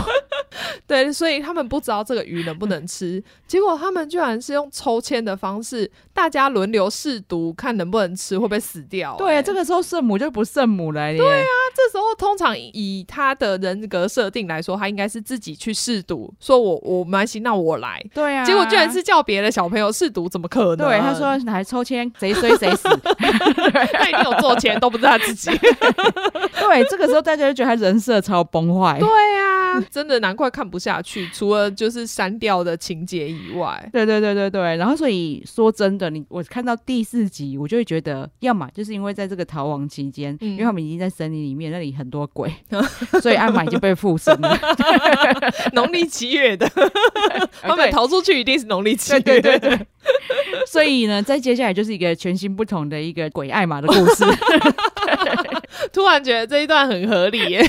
Speaker 2: 对，所以他们不知道这个鱼能不能吃，结果他们居然是用抽签的方式，大家轮流试毒，看能不能吃，会不会死掉、
Speaker 1: 对，啊
Speaker 2: 哎
Speaker 1: 这个时候圣母就不圣母了耶。对啊，
Speaker 2: 这时候通常以他的人格设定来说，他应该是自己去试毒，说我我蛮行，那我来。
Speaker 1: 对啊，
Speaker 2: 结果居然是叫别的小朋友试毒，怎么可能？
Speaker 1: 对啊他说来抽签，谁衰谁死。
Speaker 2: 他一定有做钱，都不是他自己。
Speaker 1: 对，这个时候大家就觉得他人设超崩坏。
Speaker 2: 对
Speaker 1: 啊
Speaker 2: 呀、 真的难怪看不下去。除了就是删掉的情节以外，
Speaker 1: 对对对对对，然后所以说真的，你我看到第四集，我就会觉得，要么就是因为在这个逃亡期间，
Speaker 2: 嗯
Speaker 1: 因为他们已经在森林里面，那里很多 鬼，所以艾玛已经被附身了。
Speaker 2: 农历七月 的， 他
Speaker 1: 啊
Speaker 2: 们
Speaker 1: 对
Speaker 2: 逃出去一定是农历七月。
Speaker 1: 对对对对， 所以呢，在接下来就是一个全新不同的一个鬼艾玛的故 事。
Speaker 2: 突然觉得这一段很合理 耶。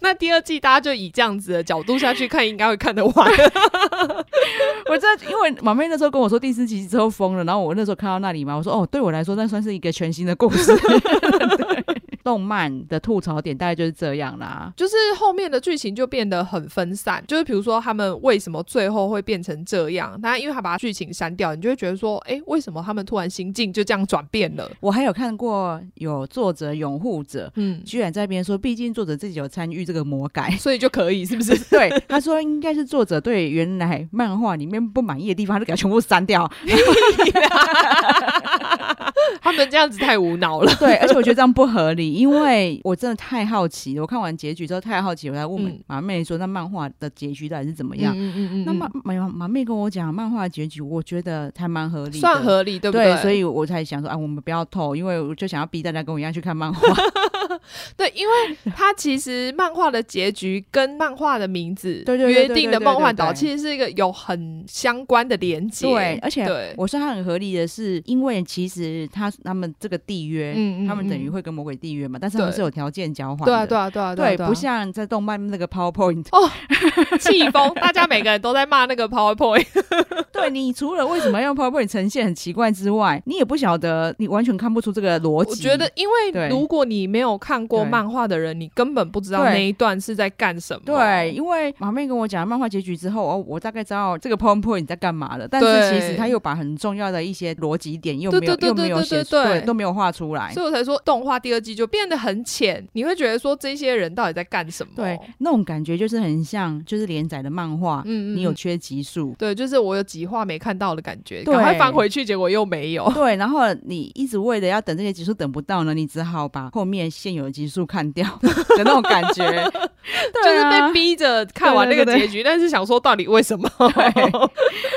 Speaker 2: 那第二季大家就以这样子的角度下去看，应该会看得完。
Speaker 1: 我这因为马妹那时候跟我说第四集之后疯了，然后我那时候看到那里嘛，我说哦，对我来说那算是一个全新的故 事。动漫的吐槽点大概就是这样啦。
Speaker 2: 就是后面的剧情就变得很分散，就是比如说他们为什么最后会变成这样？那因为他把剧情删掉，你就会觉得说，哎、为什么他们突然心境就这样转变了？
Speaker 1: 我还有看过有作者拥护者，
Speaker 2: 嗯，。
Speaker 1: 居然在那边说，毕竟作者自己有参与这个魔改
Speaker 2: 所以就可以是不 是？
Speaker 1: 对，他说应该是作者对原来漫画里面不满意的地方，他就给它全部删掉。
Speaker 2: 他们这样子太无脑了。
Speaker 1: 对，而且我觉得这样不合理，因为我真的太好奇了，我看完结局之后太好奇，我才问
Speaker 2: 嗯
Speaker 1: 马妹说，那漫画的结局到底是怎么
Speaker 2: 嗯
Speaker 1: 样？
Speaker 2: 嗯嗯嗯
Speaker 1: 那马马马妹跟我讲漫画的结局，我觉得还蛮合理的，
Speaker 2: 算合理，对不
Speaker 1: 所以我才想说啊，我们不要透，因为我就想要逼大家跟我一样去看漫画。
Speaker 2: 对，因为它其实漫画的结局跟漫画的名字
Speaker 1: 对对对对
Speaker 2: 约定的
Speaker 1: 对对
Speaker 2: 梦幻岛
Speaker 1: 对
Speaker 2: 其实是一个有很相关的连 接。
Speaker 1: 对，而且
Speaker 2: 对，
Speaker 1: 我说它很合理的是，因为其实他他们这个缔约，
Speaker 2: 嗯嗯
Speaker 1: 他们等于
Speaker 2: 嗯
Speaker 1: 会跟魔鬼缔约嘛，但是他们
Speaker 2: 对
Speaker 1: 是有条件交换的。
Speaker 2: 对啊，对啊，对啊，啊
Speaker 1: 对
Speaker 2: 啊
Speaker 1: 不像在动漫那个 PowerPoint，
Speaker 2: 气 疯，大家每个人都在骂那个 PowerPoint。
Speaker 1: 对你除了为什么要用 PowerPoint 呈现很奇怪之外，你也不晓得，你完全看不出这个逻辑。
Speaker 2: 我觉得，因为
Speaker 1: 对
Speaker 2: 如果你没有看过
Speaker 1: 对
Speaker 2: 漫画的人，你根本不知道
Speaker 1: 对
Speaker 2: 那一段是在干什么。
Speaker 1: 对，因为马妹跟我讲漫画结局之后，哦，我大概知道这个 PowerPoint 在干嘛了，但是
Speaker 2: 对
Speaker 1: 其实他又把很重要的一些逻辑点又
Speaker 2: 对
Speaker 1: 没有
Speaker 2: 对对
Speaker 1: 又没有
Speaker 2: 对
Speaker 1: 写
Speaker 2: 对
Speaker 1: 出，
Speaker 2: 对
Speaker 1: 对，
Speaker 2: 对
Speaker 1: 都没有画出来。
Speaker 2: 所以我才说动画第二季就变得很浅，你会觉得说这些人到底在干什么？
Speaker 1: 对，那种感觉就是很像就是连载的漫画，
Speaker 2: 嗯，嗯嗯
Speaker 1: 你有缺集数。
Speaker 2: 对，就是我有几话没看到的感觉，
Speaker 1: 对
Speaker 2: 赶快翻回去，结果又没有。
Speaker 1: 对，然后你一直为了要等这些集数等不到呢，你只好把后面现有的集数看掉的那种感觉， 对
Speaker 2: 就是
Speaker 1: 啊
Speaker 2: 被逼着看完那个结局，但是想说到底为什么？
Speaker 1: 对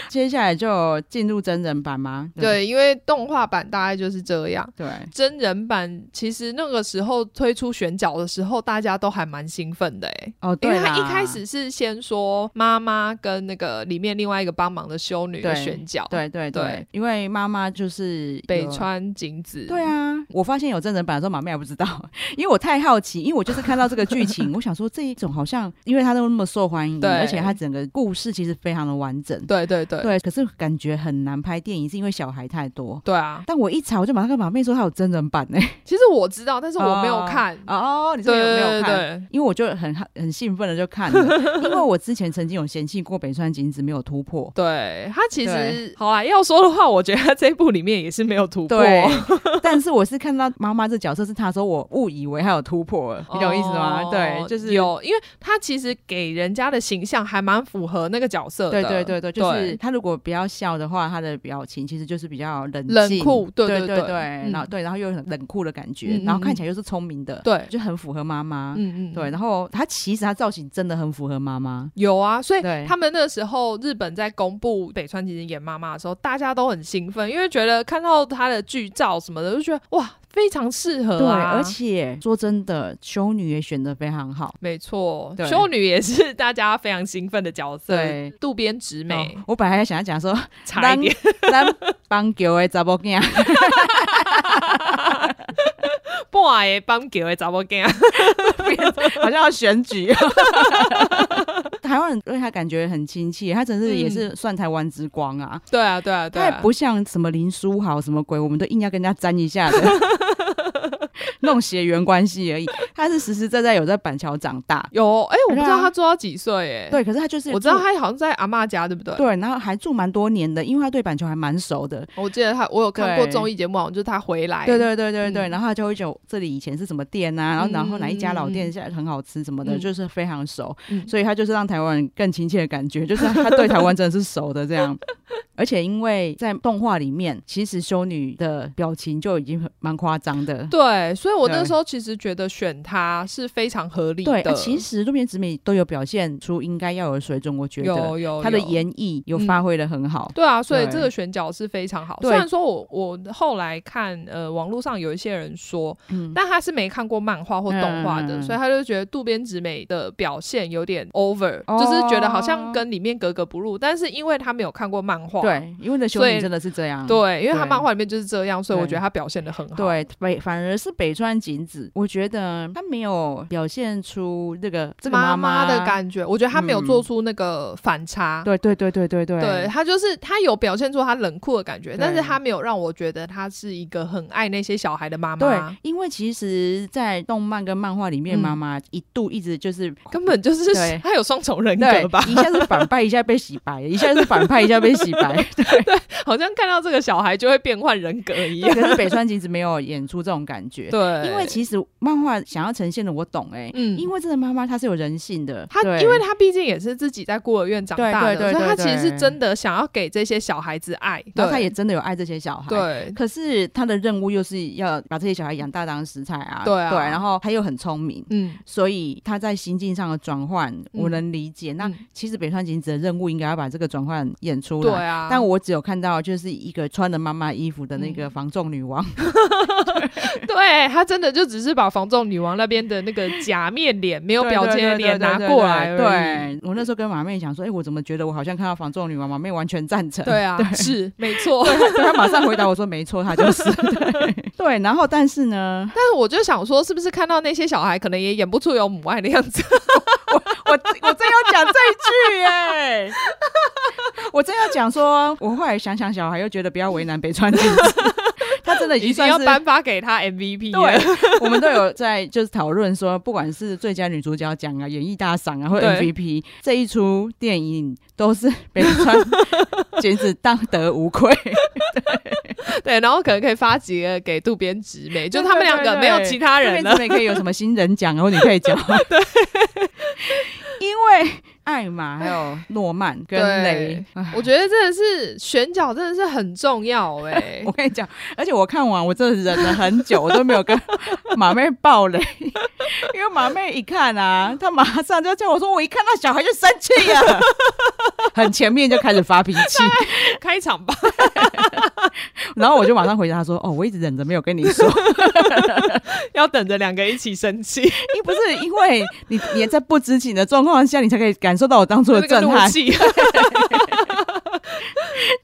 Speaker 1: 接下来就进入真人版吗？
Speaker 2: 对，因为动画版大概就是这样。
Speaker 1: 对，
Speaker 2: 真人版其实那个时候推出选角的时候，大家都还蛮兴奋的哎、
Speaker 1: 哦，
Speaker 2: 因
Speaker 1: 对
Speaker 2: 为
Speaker 1: 啦，
Speaker 2: 他一开始是先说妈妈跟那个里面另外一个帮忙的修女的
Speaker 1: 对
Speaker 2: 选角，，
Speaker 1: 对对对，
Speaker 2: 对
Speaker 1: 因为妈妈就是
Speaker 2: 北
Speaker 1: 有。
Speaker 2: 川景子，
Speaker 1: 对啊，我发现有真人版的时候，马妹还不知道， 因为我太好奇，因为我就是看到这个剧 情，我想说这一种好像，因为它都那么受欢迎，
Speaker 2: 对
Speaker 1: 而且它整个故事其实非常的完整，
Speaker 2: 对对对
Speaker 1: 对，可是感觉很难拍电影，是因为小孩太多。
Speaker 2: 对啊！
Speaker 1: 但我一查，我就马上跟马妹说她有真人版呢、
Speaker 2: 其实我知道，但是我没有看，
Speaker 1: 哦，你说
Speaker 2: 对
Speaker 1: 有没
Speaker 2: 对
Speaker 1: 有
Speaker 2: 对
Speaker 1: 看？
Speaker 2: 对，
Speaker 1: 因为我就很很兴奋的就看 了，因为我之前曾经有嫌弃过北川景子没有突 破，
Speaker 2: 对他其实
Speaker 1: 对
Speaker 2: 好啦，要说的话，我觉得他这一部里面也是没有突破，
Speaker 1: 对， 但是我是看到妈妈这角色是她说，我误以为她有突破了，你懂我意思吗？
Speaker 2: 哦
Speaker 1: 对，就是，
Speaker 2: 有，因为他其实给人家的形象还蛮符合那个角色的，
Speaker 1: 对对对对，就是
Speaker 2: 对
Speaker 1: 她如果比较笑的话，她的表情其实就是比较冷静
Speaker 2: 冷酷对
Speaker 1: 对
Speaker 2: 对
Speaker 1: 对
Speaker 2: 对嗯
Speaker 1: 然后对，然后又很冷酷的感觉，
Speaker 2: 嗯嗯
Speaker 1: 然后看起来又是聪明的，
Speaker 2: 对
Speaker 1: 就很符合妈妈。
Speaker 2: 嗯嗯，
Speaker 1: 对，。然后她其实她造型真的很符合妈妈，
Speaker 2: 有啊，所以
Speaker 1: 对
Speaker 2: 他们那时候日本在公布北川景子演妈妈的时候，大家都很兴奋，因为觉得看到她的剧照什么的，就觉得哇，非常适合、
Speaker 1: 对，
Speaker 2: 啊。
Speaker 1: 而且说真的，修女也选的非常好。
Speaker 2: 没错，
Speaker 1: 对
Speaker 2: 修女也是大家非常兴奋的角色，
Speaker 1: 对
Speaker 2: 渡边直美
Speaker 1: 哦，我本来还想要讲说，
Speaker 2: 差一点，
Speaker 1: 咱帮球的查某囝，
Speaker 2: 半夜帮给的查某囝，
Speaker 1: 好像要选举。 台湾人对他感觉很亲切，他真是也是算台湾之光啊。
Speaker 2: 对啊，对嗯啊，对
Speaker 1: 他也
Speaker 2: 啊，
Speaker 1: 不像什么林书豪什么鬼，我们都硬要跟人家沾一下 的那种血缘关系而已。他是实实在在有在板桥长大，
Speaker 2: 有哎、我不知
Speaker 1: 对
Speaker 2: 道
Speaker 1: 啊
Speaker 2: 她做到几岁哎、
Speaker 1: 对，可是他就是
Speaker 2: 我知道
Speaker 1: 住
Speaker 2: 他好像在阿嬷家，对不对？
Speaker 1: 对，然后还住蛮多年的，因为他对板桥还蛮熟的。
Speaker 2: 我记得他，我有看过
Speaker 1: 对
Speaker 2: 综艺节目，好像就是他回来，
Speaker 1: 对对对对对，
Speaker 2: 嗯
Speaker 1: 然后他就会讲这里以前是什么店啊，然后然后哪一家老店现在很好吃什么的，
Speaker 2: 嗯
Speaker 1: 就是非常熟，
Speaker 2: 嗯
Speaker 1: 所以他就是让台湾人更亲切的感觉，就是他对台湾真的是熟的这样。 而且因为在动画里面，其实修女的表情就已经很蛮夸张的。
Speaker 2: 对，所以我那
Speaker 1: 对
Speaker 2: 时候其实觉得选他是非常合理
Speaker 1: 对，
Speaker 2: 的。
Speaker 1: 啊其实渡边直美都有表现出应该要有的水准，我觉
Speaker 2: 有
Speaker 1: 得
Speaker 2: 有
Speaker 1: 她的
Speaker 2: 有嗯
Speaker 1: 演绎有发挥的很好。
Speaker 2: 对啊，所以这
Speaker 1: 对
Speaker 2: 个选角是非常好。虽
Speaker 1: 对
Speaker 2: 然说我我后来看呃网络上有一些人说，
Speaker 1: 嗯，
Speaker 2: 但他是没看过漫画或动画的，
Speaker 1: 嗯嗯嗯
Speaker 2: 所以他就觉得渡边直美的表现有点 over，、
Speaker 1: 哦
Speaker 2: 就是觉得好像跟里面格格不入。但是因为他没有看过漫画，
Speaker 1: 对，因为的修
Speaker 2: 所以
Speaker 1: 女真的是这样。
Speaker 2: 对，因为他
Speaker 1: 对
Speaker 2: 漫画里面就是这样，所以我
Speaker 1: 对
Speaker 2: 觉得他表现的很好。
Speaker 1: 对，北反而是北川景子，我觉得她没有表现出这个这个
Speaker 2: 妈
Speaker 1: 妈
Speaker 2: 的。感觉，我觉得他没有
Speaker 1: 嗯
Speaker 2: 做出那个反差。
Speaker 1: 对对对对对对
Speaker 2: 对他就是他有表现出他冷酷的感觉，
Speaker 1: 对
Speaker 2: 但是他没有让我觉得他是一个很爱那些小孩的妈
Speaker 1: 对
Speaker 2: 妈，，
Speaker 1: 因为其实，在动漫跟漫画里面，
Speaker 2: 嗯
Speaker 1: 妈妈一度一直就是。
Speaker 2: 根本就是
Speaker 1: 对
Speaker 2: 他有双重人
Speaker 1: 对
Speaker 2: 格吧，？
Speaker 1: 一下是反派，一下被洗白，一下是反派，一下被洗白。
Speaker 2: 好像看到这个小孩就会 变换人格
Speaker 1: 对
Speaker 2: 一样。
Speaker 1: 可是北川景子没有演出这种感觉，
Speaker 2: 对，
Speaker 1: 因为其实漫画想要要呈现的，我懂哎、
Speaker 2: 嗯
Speaker 1: 因为这个妈妈她是有人性的，
Speaker 2: 他
Speaker 1: 对
Speaker 2: 因为他毕竟也是自己在孤儿院长大的，
Speaker 1: 对对对
Speaker 2: 所以他
Speaker 1: 对
Speaker 2: 其实是
Speaker 1: 对
Speaker 2: 真的想要给这些小孩子爱，
Speaker 1: 然
Speaker 2: 对，
Speaker 1: 后她也真的有爱这些小孩，
Speaker 2: 对
Speaker 1: 可是他的任务又是要把这些小孩养大当食材啊，
Speaker 2: 对啊
Speaker 1: 对，然后他又很聪明。
Speaker 2: 嗯，
Speaker 1: 所以他在心境上的转换，我能理解。那
Speaker 2: 嗯
Speaker 1: 其实北川景子的任务应该要把这个转换演出
Speaker 2: 对
Speaker 1: 来，
Speaker 2: 啊，
Speaker 1: 但我只有看到就是一个穿着妈妈衣服的那
Speaker 2: 嗯
Speaker 1: 个防重女王，
Speaker 2: 对他真的就只是把防仲女王那边的那个假面脸， 没有表情的脸拿过来而已。
Speaker 1: 对我那时候跟马妹讲说，哎、我怎么觉得我好像看到防重女王？马妹完全赞成。
Speaker 2: 对啊，是没错。
Speaker 1: 对，她马上回答我说：“没错，她就是。对”对，然后但是呢，
Speaker 2: 但是我就想说，是不是看到那些小孩，可能也演不出有母爱的样子？
Speaker 1: 我我真要讲这一句
Speaker 2: 啊
Speaker 1: 哎、 我真要讲说，我后来想想，小孩又觉得不要为难北川景子， 他真的已
Speaker 2: 一
Speaker 1: 经
Speaker 2: 定
Speaker 1: 算
Speaker 2: 要
Speaker 1: 是
Speaker 2: 颁发给他 MVP
Speaker 1: 对
Speaker 2: 了。，
Speaker 1: 我们都有在就是讨论说，不管是最佳女主角奖啊、演艺大赏啊，或者
Speaker 2: 对
Speaker 1: MVP 这一出电影，都是北川景子当得无 愧。
Speaker 2: 对然后可能可以发几个给渡边直美，就他们两
Speaker 1: 对
Speaker 2: 个
Speaker 1: 对对
Speaker 2: 没有其他人
Speaker 1: 这
Speaker 2: 了。
Speaker 1: 边可以有什么新人奖啊，或者你可以讲。 对，因为艾玛还有诺曼跟
Speaker 2: 对
Speaker 1: 雷，
Speaker 2: 我觉得真的是选角真的是很重 要哎、
Speaker 1: 我跟你讲，而且我看完，我真的忍了很久，我都没有跟马妹爆雷，因为马妹一看啊，她马上就叫我说，我一看到小孩就生气 了， 很前面就开始发脾气，
Speaker 2: 开场吧，
Speaker 1: 然后我就马上回答说，哦，我一直忍着没有跟你 说，
Speaker 2: 要等着两个一起 生气，
Speaker 1: 因不是因为你你在不知情的状况下，你才可以感受到我当初的
Speaker 2: 那个
Speaker 1: 震
Speaker 2: 怒
Speaker 1: 撼，
Speaker 2: 气。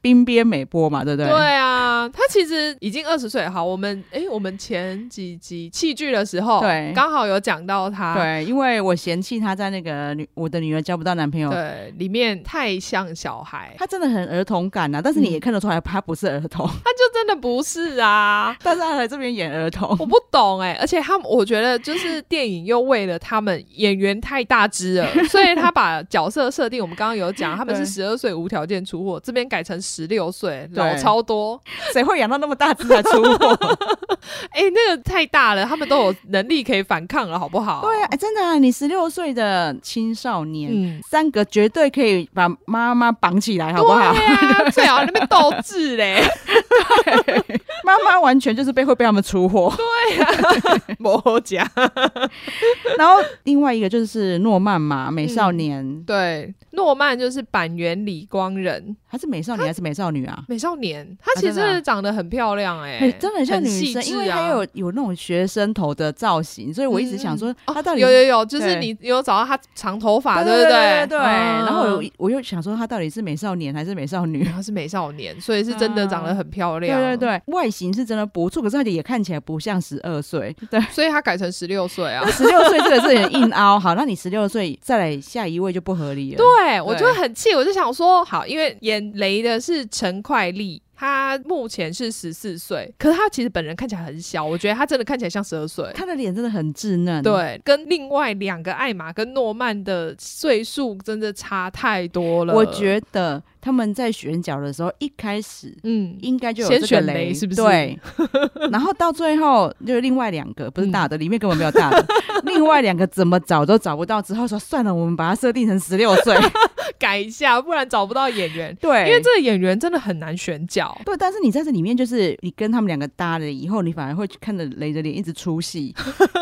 Speaker 1: 冰边美波嘛，对不对？
Speaker 2: 啊，他其实已经二十岁。好，我们哎、我们前几集戏剧的时候，
Speaker 1: 对
Speaker 2: 刚好有讲到他。
Speaker 1: 对，因为我嫌弃她在那个女我的女儿交不到男朋友。
Speaker 2: 对里面太像小孩，
Speaker 1: 她真的很儿童感啊，但是你
Speaker 2: 嗯
Speaker 1: 也看得出来，她不是儿童。
Speaker 2: 他就真的不是啊。
Speaker 1: 但是他来这边演儿童，
Speaker 2: 我不懂哎、而且他们，我觉得就是电影又为了他们演员太大只了，所以他把角色设定，我们刚刚有讲，他们是
Speaker 1: 对
Speaker 2: 十二岁无条件出货，这边改成十六岁，
Speaker 1: 对
Speaker 2: 老超多。
Speaker 1: 谁会养到那么大只才出货？
Speaker 2: 哎、那个太大了，他们都有能力可以反抗了，好不好？
Speaker 1: 对啊，哎真的、啊，你十六岁的青少年。
Speaker 2: 嗯，
Speaker 1: 三个绝对可以把妈妈绑起 来，好不好？
Speaker 2: 对啊，最好那边斗智嘞。
Speaker 1: 妈妈完全就是被会被他们出货。
Speaker 2: 魔甲。
Speaker 1: 然后另外一个就是诺曼嘛，美少年、
Speaker 2: 对，诺曼就是板垣李光人
Speaker 1: 还是美少年还是美少女啊？
Speaker 2: 美少年，她其实
Speaker 1: 真的啊
Speaker 2: 真的长得很漂亮哎、
Speaker 1: 很真的很像女
Speaker 2: 细
Speaker 1: 生，
Speaker 2: 致
Speaker 1: 因为
Speaker 2: 啊
Speaker 1: 她有有那种学生头的造型，所以我一直想说
Speaker 2: 嗯
Speaker 1: 她到底
Speaker 2: 有有有，就是
Speaker 1: 对
Speaker 2: 你有找到她长头发，
Speaker 1: 对
Speaker 2: 不
Speaker 1: 对
Speaker 2: 对？
Speaker 1: 对。
Speaker 2: 嗯
Speaker 1: 然后我又我又想说她到底是美少年还是美少女？
Speaker 2: 她是美少年，所以是真的长得很漂
Speaker 1: 嗯
Speaker 2: 亮。
Speaker 1: 对对对，外形是真的不错，可是她也看起来不像十二岁。对，
Speaker 2: 对，所以她改成十六 岁啊。
Speaker 1: 十六岁这个是很硬凹。好，那你十六岁再来下一位就不合理了。
Speaker 2: 对，我就很气，我就想说，好，因为演雷的是陈快丽。她目前是十四岁，可是她其实本人看起来很小，我觉得她真的看起来像十二岁。
Speaker 1: 他的脸真的很稚嫩。，
Speaker 2: 对，跟另外两个艾玛跟诺曼的岁数真的差太多了。
Speaker 1: 我觉得他们在选角的时候，一开始
Speaker 2: 嗯，
Speaker 1: 应该就有
Speaker 2: 先
Speaker 1: 这个
Speaker 2: 选
Speaker 1: 雷，
Speaker 2: 雷是不是
Speaker 1: 对。 然后到最后就是另外两个不
Speaker 2: 嗯
Speaker 1: 是大的，里面根本没有大 的，另外两个怎么找都找不到，之后说算了，我们把它设定成十六 岁。
Speaker 2: 改一下，不然找不到演员。
Speaker 1: 对，
Speaker 2: 因为这个演员真的很难 选角，
Speaker 1: 对，但是你在这里面，就是你跟他们两个搭了以后，你反而会看着雷着脸一直出 戏，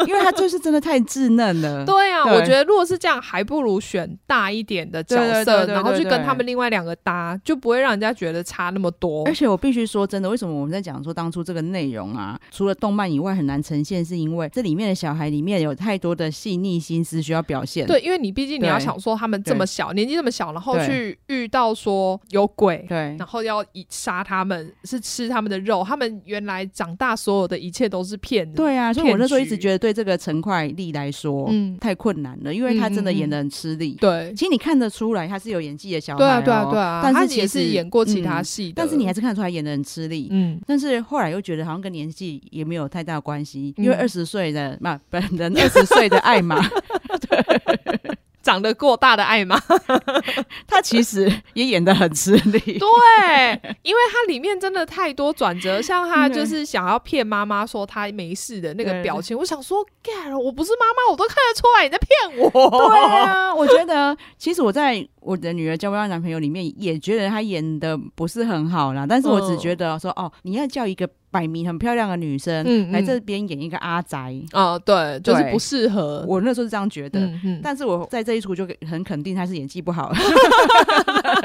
Speaker 1: 因为他就是真的太稚嫩了。
Speaker 2: 对啊，
Speaker 1: 对
Speaker 2: 我觉得如果是这样，还不如选大一点的角
Speaker 1: 对对
Speaker 2: 色，
Speaker 1: 对对
Speaker 2: 然后去
Speaker 1: 对
Speaker 2: 跟
Speaker 1: 对
Speaker 2: 他们另外两个搭，就不会让人家觉得差那么多
Speaker 1: 而。且我必须说真的，为什么我们在讲说当初这个内容啊，除了动漫以外很难呈现，是因为这里面的小孩里面有太多的细腻心思需要表现。
Speaker 2: 对，因为你毕竟你要
Speaker 1: 对
Speaker 2: 想说他们这么
Speaker 1: 对
Speaker 2: 小，年纪这么小，然后
Speaker 1: 对
Speaker 2: 去遇到说有鬼，
Speaker 1: 对
Speaker 2: 然后要以杀他们，是吃他们的肉，他们原来长大所有的一切都是骗人。
Speaker 1: 对啊，所以我那时候一直
Speaker 2: 骗局
Speaker 1: 觉得对这个陈快丽来说、
Speaker 2: 嗯，
Speaker 1: 太困难了，因为他真的演的很吃力。
Speaker 2: 对，
Speaker 1: 其实你看得出来，他是有演技的小孩、
Speaker 2: 嗯对啊，对啊，对啊，
Speaker 1: 哦但
Speaker 2: 他
Speaker 1: 是其
Speaker 2: 也是
Speaker 1: 实
Speaker 2: 演过其他
Speaker 1: 嗯
Speaker 2: 戏的、
Speaker 1: 但是你还是看得出来演的很吃力。
Speaker 2: 嗯，
Speaker 1: 但是后来又觉得好像跟年纪也没有太大关系，因为
Speaker 2: 嗯
Speaker 1: 二十岁的嘛，本人二十岁的艾玛，
Speaker 2: 长得过大的艾玛。
Speaker 1: 他其实也演的很吃力。
Speaker 2: 对，因为它里面真的太多转折，像他就是想要骗妈妈说他没事的那个
Speaker 1: 对
Speaker 2: 表情，我想说，God，我不是妈妈，我都看得出来你在骗我。
Speaker 1: 对啊，我觉得其实我在我的女儿交不到男朋友里面，也觉得她演的不是很好啦。但是我只觉得说，哦，你要叫一个摆明很漂亮的女生、
Speaker 2: 嗯嗯
Speaker 1: 来这边演一个阿宅，
Speaker 2: 啊、对，就是
Speaker 1: 对
Speaker 2: 不适合。
Speaker 1: 我那时候是这样觉得。
Speaker 2: 嗯嗯，
Speaker 1: 但是我在这一出就很肯定她是演技不好，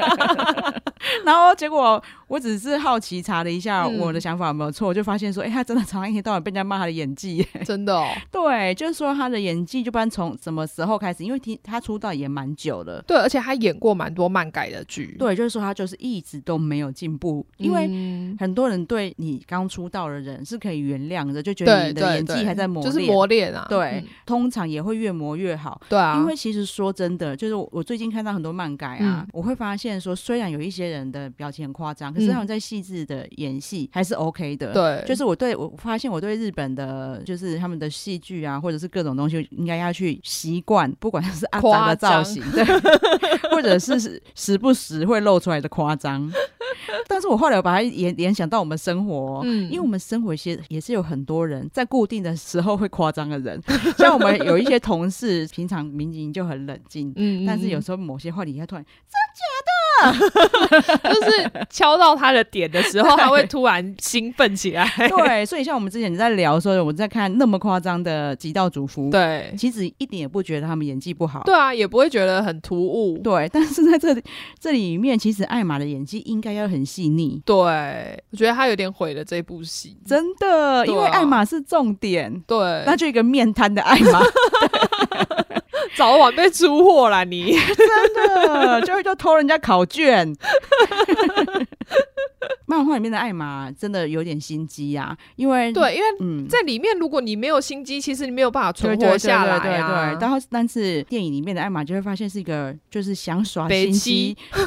Speaker 1: 然后结果我只是好奇查了一下
Speaker 2: 嗯
Speaker 1: 我的想法有没有错，我就发现说，哎、她真的常常一天到晚被人家骂她的演技，
Speaker 2: 真的哦，
Speaker 1: 对，就是说她的演技，就不知道从什么时候开始，因为听她出道也蛮久了，
Speaker 2: 对，而且他演过蛮多漫改的剧，
Speaker 1: 对，就是说他就是一直都没有进步，因为
Speaker 2: 嗯
Speaker 1: 很多人对你刚出道的人是可以原谅的，就觉得你的演技还在磨
Speaker 2: 就
Speaker 1: 练，
Speaker 2: 是磨练啊，
Speaker 1: 对
Speaker 2: 嗯，
Speaker 1: 通常也会越磨越好。
Speaker 2: 对啊，
Speaker 1: 因为其实说真的，就是我我最近看到很多漫改啊，
Speaker 2: 嗯
Speaker 1: 我会发现说，虽然有一些人的表情很夸张，可是他们在细致的演戏还是 OK 的。。
Speaker 2: 嗯对，
Speaker 1: 就是我对我发现我对日本的，就是他们的戏剧啊，或者是各种东西，应该要去习惯，不管是阿杂的造型，对，或者是时时不时会露出来的夸张。但是我后来我把它联联想到我们生活、哦
Speaker 2: 嗯
Speaker 1: 因为我们生活其实也是有很多人在固定的时候会夸张的人， 像我们有一些同事，平常明明就很冷静。
Speaker 2: 嗯，嗯
Speaker 1: 但是有
Speaker 2: 嗯
Speaker 1: 时候某些话题，他突然
Speaker 2: 就是敲到他的点的 时候，他会突然兴奋起来。
Speaker 1: 对，所以像我们之前在聊说，我们在看那么夸张的《极道主夫》，
Speaker 2: 对
Speaker 1: 其实一点也不觉得他们演技不好。
Speaker 2: 对啊，也不会觉得很突兀。
Speaker 1: 对但是在这里这里面，其实艾玛的演技应该要很细腻，
Speaker 2: 对，我觉得他有点毁了这部戏。
Speaker 1: 真的，
Speaker 2: 对
Speaker 1: 因
Speaker 2: 啊
Speaker 1: 为艾玛是重点，
Speaker 2: 对，
Speaker 1: 那就一个面瘫的艾玛，
Speaker 2: 早晚被出货啦 你。
Speaker 1: 真的就就偷人家考卷。漫画里面的艾玛真的有点心机啊，因为，
Speaker 2: 对，因为
Speaker 1: 嗯。
Speaker 2: 在里面，如果你没有心机，其实你没有办法
Speaker 1: 对
Speaker 2: 存
Speaker 1: 对
Speaker 2: 活
Speaker 1: 对
Speaker 2: 下来
Speaker 1: 对对
Speaker 2: 啊。
Speaker 1: 对，然后但是电影里面的艾玛就会发现是一个就是想耍
Speaker 2: 北
Speaker 1: 心机， 啊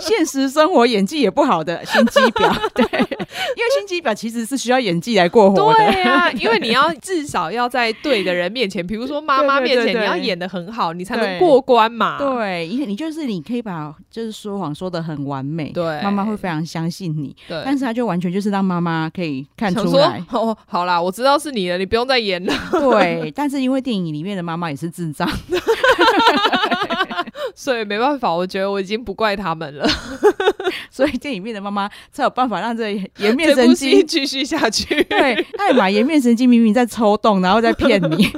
Speaker 1: 现实生活演技也不好的心机 婊，对，因为心机婊其实是需要演技来过活的，
Speaker 2: 对啊，因为你 要至少要在对的人面前，比如说妈妈
Speaker 1: 对
Speaker 2: 面
Speaker 1: 对对
Speaker 2: 前，
Speaker 1: 对
Speaker 2: 你要演的很好，你才能
Speaker 1: 对
Speaker 2: 过关嘛。
Speaker 1: 对，因为你就是你可以把就是说谎说的很完美，
Speaker 2: 对
Speaker 1: 妈妈会非常相信你，
Speaker 2: 对，
Speaker 1: 但是她就完全就是让妈妈可以看
Speaker 2: 想
Speaker 1: 出
Speaker 2: 说
Speaker 1: 来，
Speaker 2: 哦，好啦，我知道是你了，你不用再演了，
Speaker 1: 对， 但是因为电影里面的妈妈也是智障，
Speaker 2: 所以没办法，我觉得我已经不怪他们了，
Speaker 1: 所以电影里面的妈妈才有办法让这颜面
Speaker 2: 这部
Speaker 1: 神
Speaker 2: 戏
Speaker 1: 经。
Speaker 2: 继续下去。
Speaker 1: 对，艾玛颜面神经明明在抽动，然后在骗 你，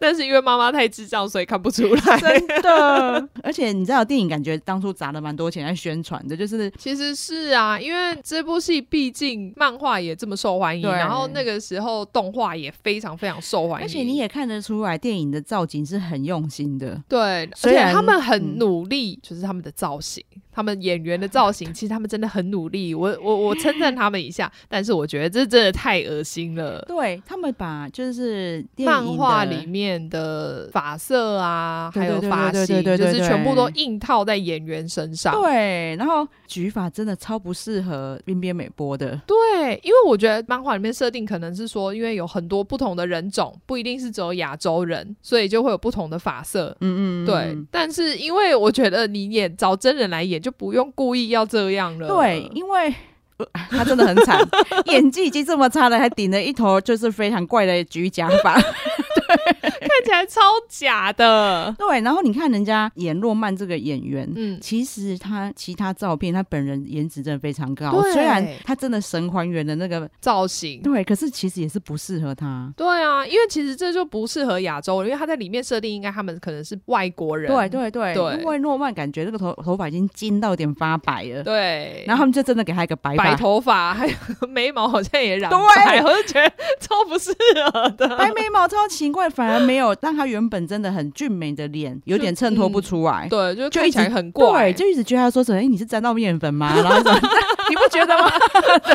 Speaker 2: 但是因为妈妈太智障，所以看不出来。
Speaker 1: 真的。而且你知道，电影感觉当初砸了蛮多钱在宣传的，就是
Speaker 2: 其实是啊，因为这部戏毕竟漫画也这么受欢迎，
Speaker 1: 对
Speaker 2: 然后那个时候动画也非常非常受欢迎，
Speaker 1: 而且你也看得出来，电影的造景是很用心的。
Speaker 2: 对，而
Speaker 1: 虽
Speaker 2: 且
Speaker 1: 然嗯
Speaker 2: 他们很努力，就是他们的造型，他们演员的造型，其实他们真的很努力，我我我称赞他们一下，但是我觉得这真的太恶心了。
Speaker 1: 对他们把就是电
Speaker 2: 漫
Speaker 1: 影的
Speaker 2: 画里面的发色啊，
Speaker 1: 对
Speaker 2: 还有
Speaker 1: 对对
Speaker 2: 发
Speaker 1: 对对
Speaker 2: 型，
Speaker 1: 对
Speaker 2: 就
Speaker 1: 对
Speaker 2: 是
Speaker 1: 对
Speaker 2: 全部都硬套在演员身上。
Speaker 1: 对，然后举法真的超不适合边边美波的。
Speaker 2: 对，因为我觉得漫画里面设定可能是说，因为有很多不同的人种，不一定是只有亚洲人，所以就会有不同的发色。
Speaker 1: 嗯嗯，
Speaker 2: 对，但是因为我觉得你演找真人来演，就不用故意要这样了。
Speaker 1: 对，因为。呃他真的很惨， 演技已经这么差了，还顶了一头就是非常怪的橘假发。
Speaker 2: 看起来超假的。
Speaker 1: 对，然后你看人家演诺曼这个演员，
Speaker 2: 嗯，
Speaker 1: 其实他其他照片，他本人颜值真的非常高
Speaker 2: 对，
Speaker 1: 虽然他真的神还原的那个，
Speaker 2: 造型。
Speaker 1: 对，可是其实也是不适合他。
Speaker 2: 对啊，因为其实这就不适合亚洲人，因为他在里面设定应该他们可能是外国人。
Speaker 1: 对对对，
Speaker 2: 对
Speaker 1: 因为诺曼感觉那个头头发已经金到有点发白了，
Speaker 2: 对，
Speaker 1: 然后他们就真的给他一个白
Speaker 2: 白
Speaker 1: 发，
Speaker 2: 头发，还有 眉毛好像也染
Speaker 1: 对
Speaker 2: 白，我就觉得 超不适合的。
Speaker 1: 白眉毛超奇怪，反而没有让他原本真的很俊美的脸有点衬托不出来。
Speaker 2: 对，就
Speaker 1: 就
Speaker 2: 看
Speaker 1: 一
Speaker 2: 起来
Speaker 1: 直
Speaker 2: 很
Speaker 1: 对，
Speaker 2: 怪。
Speaker 1: 就一直觉得他说什么，哎、你是沾到面粉 吗？ 然后什么你不觉得吗？
Speaker 2: 啊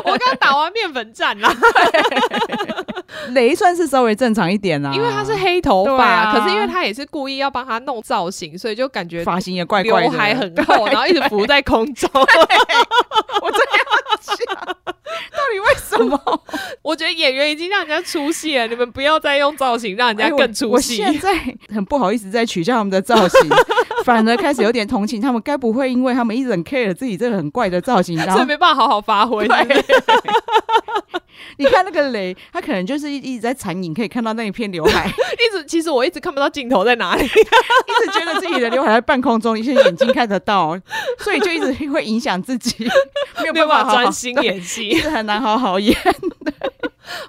Speaker 2: 我刚打完面粉战啦。
Speaker 1: 雷算是稍微正常一点啊啦、
Speaker 2: 因为他是黑头
Speaker 1: 对
Speaker 2: 发，
Speaker 1: 啊
Speaker 2: 可是因为他也是故意要帮他弄造型，所以就感觉
Speaker 1: 发型也怪
Speaker 2: 刘
Speaker 1: 怪的，
Speaker 2: 海很厚，然后一直浮在空 中。
Speaker 1: 我真的要讲，到底为什么？
Speaker 2: 我觉得演员已经让人家出戏了，你们不要再用造型 让人家
Speaker 1: 哎我
Speaker 2: 更出
Speaker 1: 我
Speaker 2: 戏。
Speaker 1: 现在很不好意思在取笑他们的造 型，反而开始有点同情他们。该不会因为他们一直很 care 自己这个很怪的 造型，然
Speaker 2: 所
Speaker 1: 后
Speaker 2: 以没办法好好发挥，是不是
Speaker 1: 你看那个雷，他可能就是一一直在残影，可以看到那一片刘 海，
Speaker 2: 一直其实我一直看不到镜头在哪 里，
Speaker 1: 一直觉得自己的刘海在半空中，一些眼睛看得到，所以就一直会影响自 己，没有
Speaker 2: 没有
Speaker 1: 办
Speaker 2: 办法
Speaker 1: 好好
Speaker 2: 专心，
Speaker 1: 对
Speaker 2: 演戏。
Speaker 1: 一直很难好好演。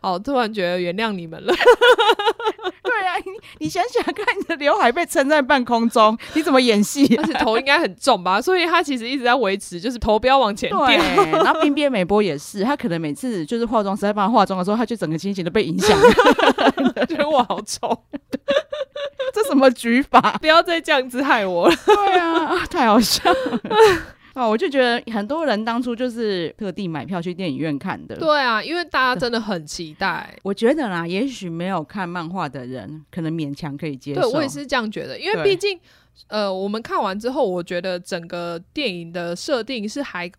Speaker 2: 哦，突然觉得原谅你们 了，
Speaker 1: 对啊，你你想想看，你的刘海被撑在半空中，你怎么演 戏啊、
Speaker 2: 而且头应该很重吧，所以他其实一直在维持，就是头不要往前掉。
Speaker 1: 对， 然后冰边美波也是，她可能每次就是化妆师在帮她化妆的时候，她就整个心情都被影响了。
Speaker 2: 觉得我好丑，
Speaker 1: 这什么举法？
Speaker 2: 不要再这样子害我了。
Speaker 1: 对 啊，啊太好笑了。 啊，我就觉得很多人当初就是特地买票去电影院看的。，
Speaker 2: 对啊，因为大家真的很期待。
Speaker 1: 我觉得啦，也许没有看漫画的人，可能勉强可以接受。
Speaker 2: 对我也。是这样觉得，因为
Speaker 1: 对
Speaker 2: 毕竟。呃，我们看完之后，我觉得整个电影的设定是还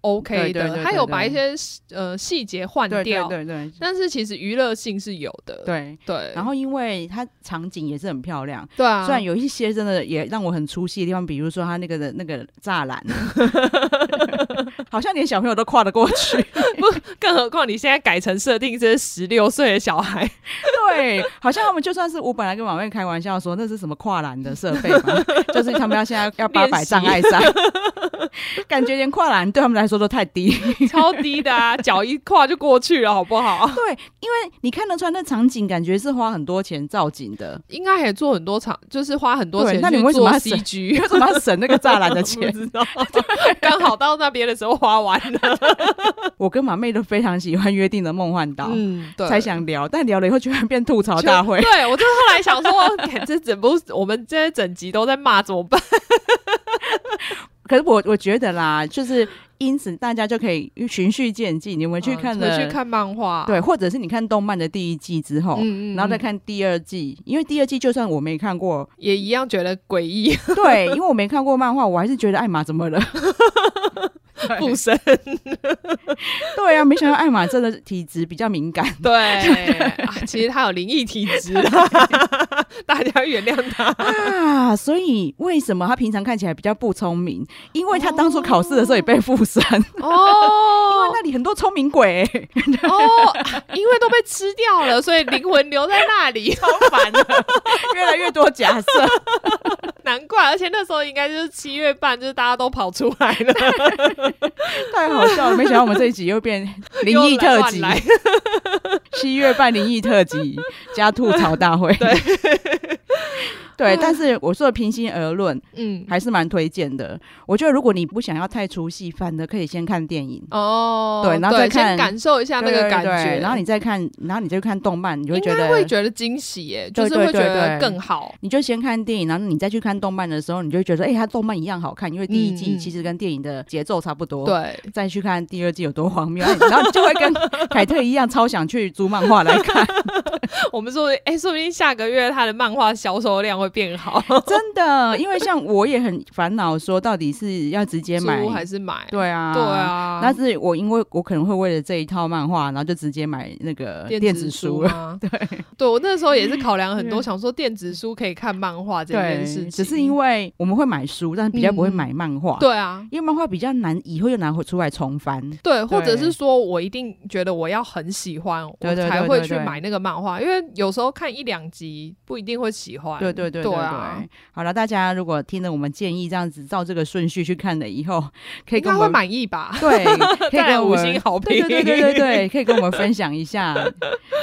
Speaker 1: 对
Speaker 2: OK 的，
Speaker 1: 对对
Speaker 2: 它
Speaker 1: 对
Speaker 2: 有
Speaker 1: 对
Speaker 2: 把一些呃细节换
Speaker 1: 对对
Speaker 2: 掉，呃
Speaker 1: 对对
Speaker 2: 但是其实娱乐性是有的。
Speaker 1: 对。
Speaker 2: 对，
Speaker 1: 然后，因为它场景也是很漂亮，
Speaker 2: 对啊，
Speaker 1: 虽然有一些真的也让我很出戏的地方，比如说它那个的那个栅 栏，好像连小朋友都跨得过去。
Speaker 2: 更何况你现在改成设定这是十六岁的小 孩，
Speaker 1: 对，好像他们就算是我本来跟马妹开玩笑说那是什么跨栏的设备 嘛，就是他们要现在要八
Speaker 2: 练
Speaker 1: 百
Speaker 2: 习
Speaker 1: 障碍 赛，感觉连跨栏对他们来说都太低。
Speaker 2: 超低的啊，脚一跨就过去了，好不好？
Speaker 1: 对，因为你看得出来那场景，感觉是花很多钱造景的。
Speaker 2: 应该也做很多场，就是花很多
Speaker 1: 对
Speaker 2: 钱
Speaker 1: 那你
Speaker 2: 去
Speaker 1: 为什么
Speaker 2: 做
Speaker 1: 要省你
Speaker 2: CG。
Speaker 1: 为什么要省那个栅栏的钱
Speaker 2: 不？知道，刚好到那边的时候花完了。
Speaker 1: 我跟马妹都非常喜欢《约定的梦幻岛》
Speaker 2: 嗯，对，
Speaker 1: 才想聊，但聊了以后居然变吐槽
Speaker 2: 就
Speaker 1: 大会。
Speaker 2: 对我就后来想说， 看这整部我们这整集都在骂，怎么办？
Speaker 1: 可是我我觉得啦，就是因此大家就可以循序渐进，你回去看
Speaker 2: 嗯回
Speaker 1: 了，
Speaker 2: 去看漫画，
Speaker 1: 对，或者是你看动漫的第一季之后，
Speaker 2: 嗯，嗯嗯，
Speaker 1: 然后再看第二季，因为第二季就算我没看过，
Speaker 2: 也一样觉得诡异
Speaker 1: 对，因为我没看过漫画，我还是觉得艾玛怎么 了？
Speaker 2: 附身。
Speaker 1: 对啊，没想到艾玛真的体质比较敏 感，
Speaker 2: 对，啊其实他有灵异体质，啊 大家原谅他。
Speaker 1: 啊，所以为什么她平常看起来比较不聪明？因为她当初考试的时候也被附身，
Speaker 2: 哦
Speaker 1: 那里很多聪明鬼、欸
Speaker 2: 哦，啊因为都被吃掉了，所以灵魂留在那里，超烦的。
Speaker 1: 越来越多假设。
Speaker 2: 难怪，而且那时候应该就是七月半，就是大家都跑出来了，
Speaker 1: 太好笑了！没想到我们这一集又 变 灵异特辑
Speaker 2: 又，来乱来
Speaker 1: 七月半灵异特辑加吐槽大 会。对， 对，但是我说的平心而论，
Speaker 2: 嗯，
Speaker 1: 还是蛮推荐的。我觉得如果你不想要太出戏，反而可以先看电影，
Speaker 2: 哦，
Speaker 1: 对然后再看
Speaker 2: 先感受一下那个
Speaker 1: 对对
Speaker 2: 感
Speaker 1: 对
Speaker 2: 觉，
Speaker 1: 然后你再看，然后你再看动漫，你就会
Speaker 2: 应
Speaker 1: 觉
Speaker 2: 该会
Speaker 1: 得。
Speaker 2: 觉得惊喜耶，就
Speaker 1: 对
Speaker 2: 是会觉
Speaker 1: 对对对
Speaker 2: 得更好。
Speaker 1: 你就先看电影，然后你再去看动漫的时候，你就会觉得，哎、它动漫一样好看，因为第一
Speaker 2: 嗯
Speaker 1: 季
Speaker 2: 嗯
Speaker 1: 其实跟电影的节奏差不多。
Speaker 2: 对，
Speaker 1: 再去看第二季有多荒谬，哎然后你就会跟凯特一样，超想去租漫画来看。
Speaker 2: 我们说，哎，说不定下个月他的漫画销售量会变 好，
Speaker 1: 真的，因为像我也很烦恼，说到底是要直接买
Speaker 2: 租，还是买？
Speaker 1: 对啊，
Speaker 2: 对。啊，
Speaker 1: 但是我因为我可能会为了这一套漫画，然后就直接买那个电子 书啊了。
Speaker 2: 吗？对，啊 对我那时候也 是考量很多，想说电子书可以看漫画这件
Speaker 1: 对
Speaker 2: 事情，，
Speaker 1: 只是因为我们会买书，但是比较不会买漫画。，
Speaker 2: 对啊。
Speaker 1: 因为漫画比较难，以后又拿回出来重翻。
Speaker 2: 对，或者是说我一定觉得我要很喜欢，我
Speaker 1: 对对对
Speaker 2: 才会
Speaker 1: 对
Speaker 2: 去
Speaker 1: 对
Speaker 2: 买那个漫画，因为有时候看一两集不一定会喜欢。
Speaker 1: 对对对
Speaker 2: 对
Speaker 1: 对
Speaker 2: 啊
Speaker 1: 对，好了，大家如果听了我们建议，这样子照这个顺序去看了以后，可以
Speaker 2: 应
Speaker 1: 跟
Speaker 2: 该
Speaker 1: 我
Speaker 2: 会
Speaker 1: 们
Speaker 2: 满意吧？
Speaker 1: 对， 可以
Speaker 2: 再来
Speaker 1: 跟我
Speaker 2: 五
Speaker 1: 们
Speaker 2: 星好
Speaker 1: 对
Speaker 2: 评，
Speaker 1: 对对对对对，可以跟我们分享一下。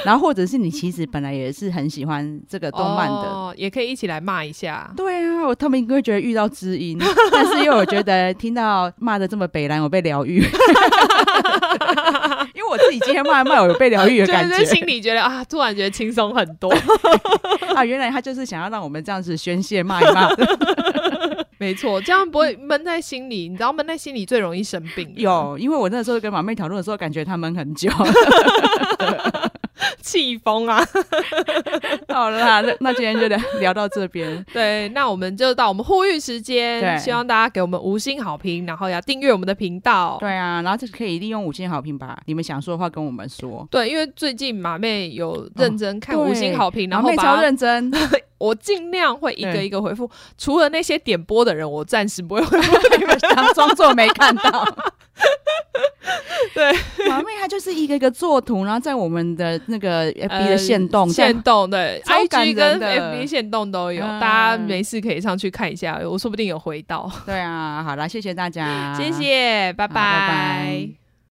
Speaker 1: 然后或者是你其实本来也是很喜欢这 个动漫的。
Speaker 2: 哦，也可以一起来骂一下。
Speaker 1: 对啊，我他们应该会觉得遇到知音，但是又有觉得听到骂的这么北兰，我被 疗愈，因为我自己今天骂一骂，我有被疗愈的
Speaker 2: 就
Speaker 1: 感觉
Speaker 2: 是心里觉得啊，突然觉得轻松很 多。
Speaker 1: 啊！原来他就是想要让我们这样子宣泄骂 一骂，
Speaker 2: 没错，这样不会闷在心里，你知道闷在心里最容易生病。啊
Speaker 1: 有，因为我那时候跟马妹讨论的时候，感觉他们很久，
Speaker 2: 气疯啊！
Speaker 1: 好啦，那那今天就聊聊到这边，
Speaker 2: 对，那我们就到我们呼吁时间，
Speaker 1: 对
Speaker 2: 希望大家给我们五星好评，然后要订阅我们的频道。
Speaker 1: 对啊，然后这可以利用五星好评把你们想说的话跟我们说，
Speaker 2: 对，因为最近马妹有认真看
Speaker 1: 哦
Speaker 2: 五星好评，然
Speaker 1: 后
Speaker 2: 后
Speaker 1: 妹
Speaker 2: 把
Speaker 1: 超认真，
Speaker 2: 我尽量会一个
Speaker 1: 对
Speaker 2: 一个回复，除了那些点播的人，我暂时不会回复。
Speaker 1: 当装作没看到。
Speaker 2: 对，
Speaker 1: 马妹她就是一个一个作图，然后在我们的那个 FB 的线动，这样
Speaker 2: 呃线嗯动 对
Speaker 1: 超感
Speaker 2: ，IG 跟
Speaker 1: 人的
Speaker 2: FB 线动都有，
Speaker 1: 嗯
Speaker 2: 大家没事可以上去看一下，我说不定有回到。
Speaker 1: 对啊，好啦，谢谢大家，
Speaker 2: 谢谢，拜
Speaker 1: 好，拜拜。